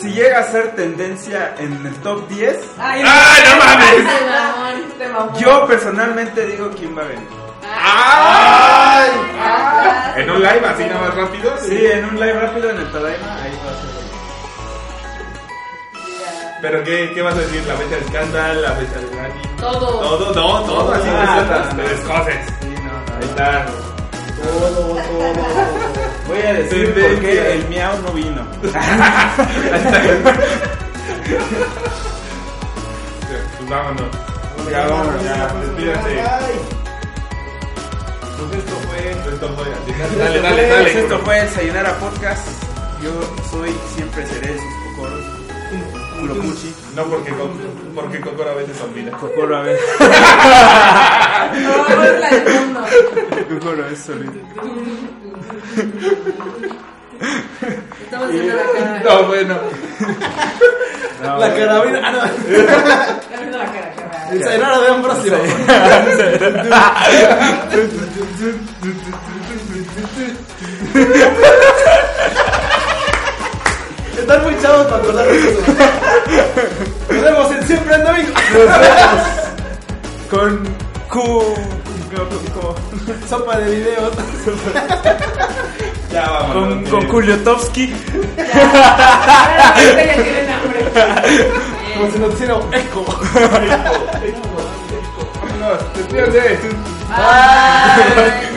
Speaker 1: si llega a ser tendencia en el top 10,
Speaker 5: Ay,
Speaker 3: ¡Ah, no mames!
Speaker 2: Ay, mamón.
Speaker 5: Te mamó.
Speaker 1: yo personalmente digo quién va a venir.
Speaker 3: ¡Ay!
Speaker 5: Ah,
Speaker 3: En un live así nada más rápido.
Speaker 1: Sí, en un live rápido en el Tadaima, ahí va a ser.
Speaker 3: Pero qué, qué vas a decir, la fecha de escándalo, la fecha de Grammy.
Speaker 2: Todo.
Speaker 3: Todo, no, todo así
Speaker 1: Ah,
Speaker 3: resueltas.
Speaker 1: no,
Speaker 3: Te
Speaker 1: no.
Speaker 3: descoces.
Speaker 1: Sí, no,
Speaker 3: Ahí
Speaker 1: no.
Speaker 3: está.
Speaker 4: Todo, todo.
Speaker 1: Voy a decir
Speaker 3: Tendencia.
Speaker 1: por qué el miau no vino.
Speaker 3: Pues vámonos.
Speaker 1: Ya, vámonos, ya.
Speaker 3: Despídate.
Speaker 4: Bye.
Speaker 3: Pues esto fue. Esto fue. así.
Speaker 1: Dale,
Speaker 3: Dale, dale, dale.
Speaker 1: Pues, Esto fue el Sayonara Podcast. Yo soy, siempre seré sus cocoros. Culocuchi.
Speaker 3: No, porque, Co- porque Cocoro a veces olvida.
Speaker 1: Cocoro a ver.
Speaker 5: No, es la del mundo.
Speaker 1: Cocoro es solito.
Speaker 2: Estamos haciendo la cara.
Speaker 3: No, bueno.
Speaker 1: No,
Speaker 4: La
Speaker 1: bueno.
Speaker 4: carabina. Ah, no.
Speaker 5: Ya me hizo la cara, cara.
Speaker 4: El Sayonara de Ambrosio. Están muy chavos para acordar de eso. Nos vemos en Siempre Ando Vivo.
Speaker 1: Con pues, Q. Con,
Speaker 4: Sopa de videos.
Speaker 3: Ya vámonos.
Speaker 1: con,
Speaker 3: Sí.
Speaker 1: con Kuliotowski.
Speaker 5: Ahorita ya tienen hambre.
Speaker 4: Como si nos hiciera un eco.
Speaker 3: Vámonos. Despídate.
Speaker 2: Bye.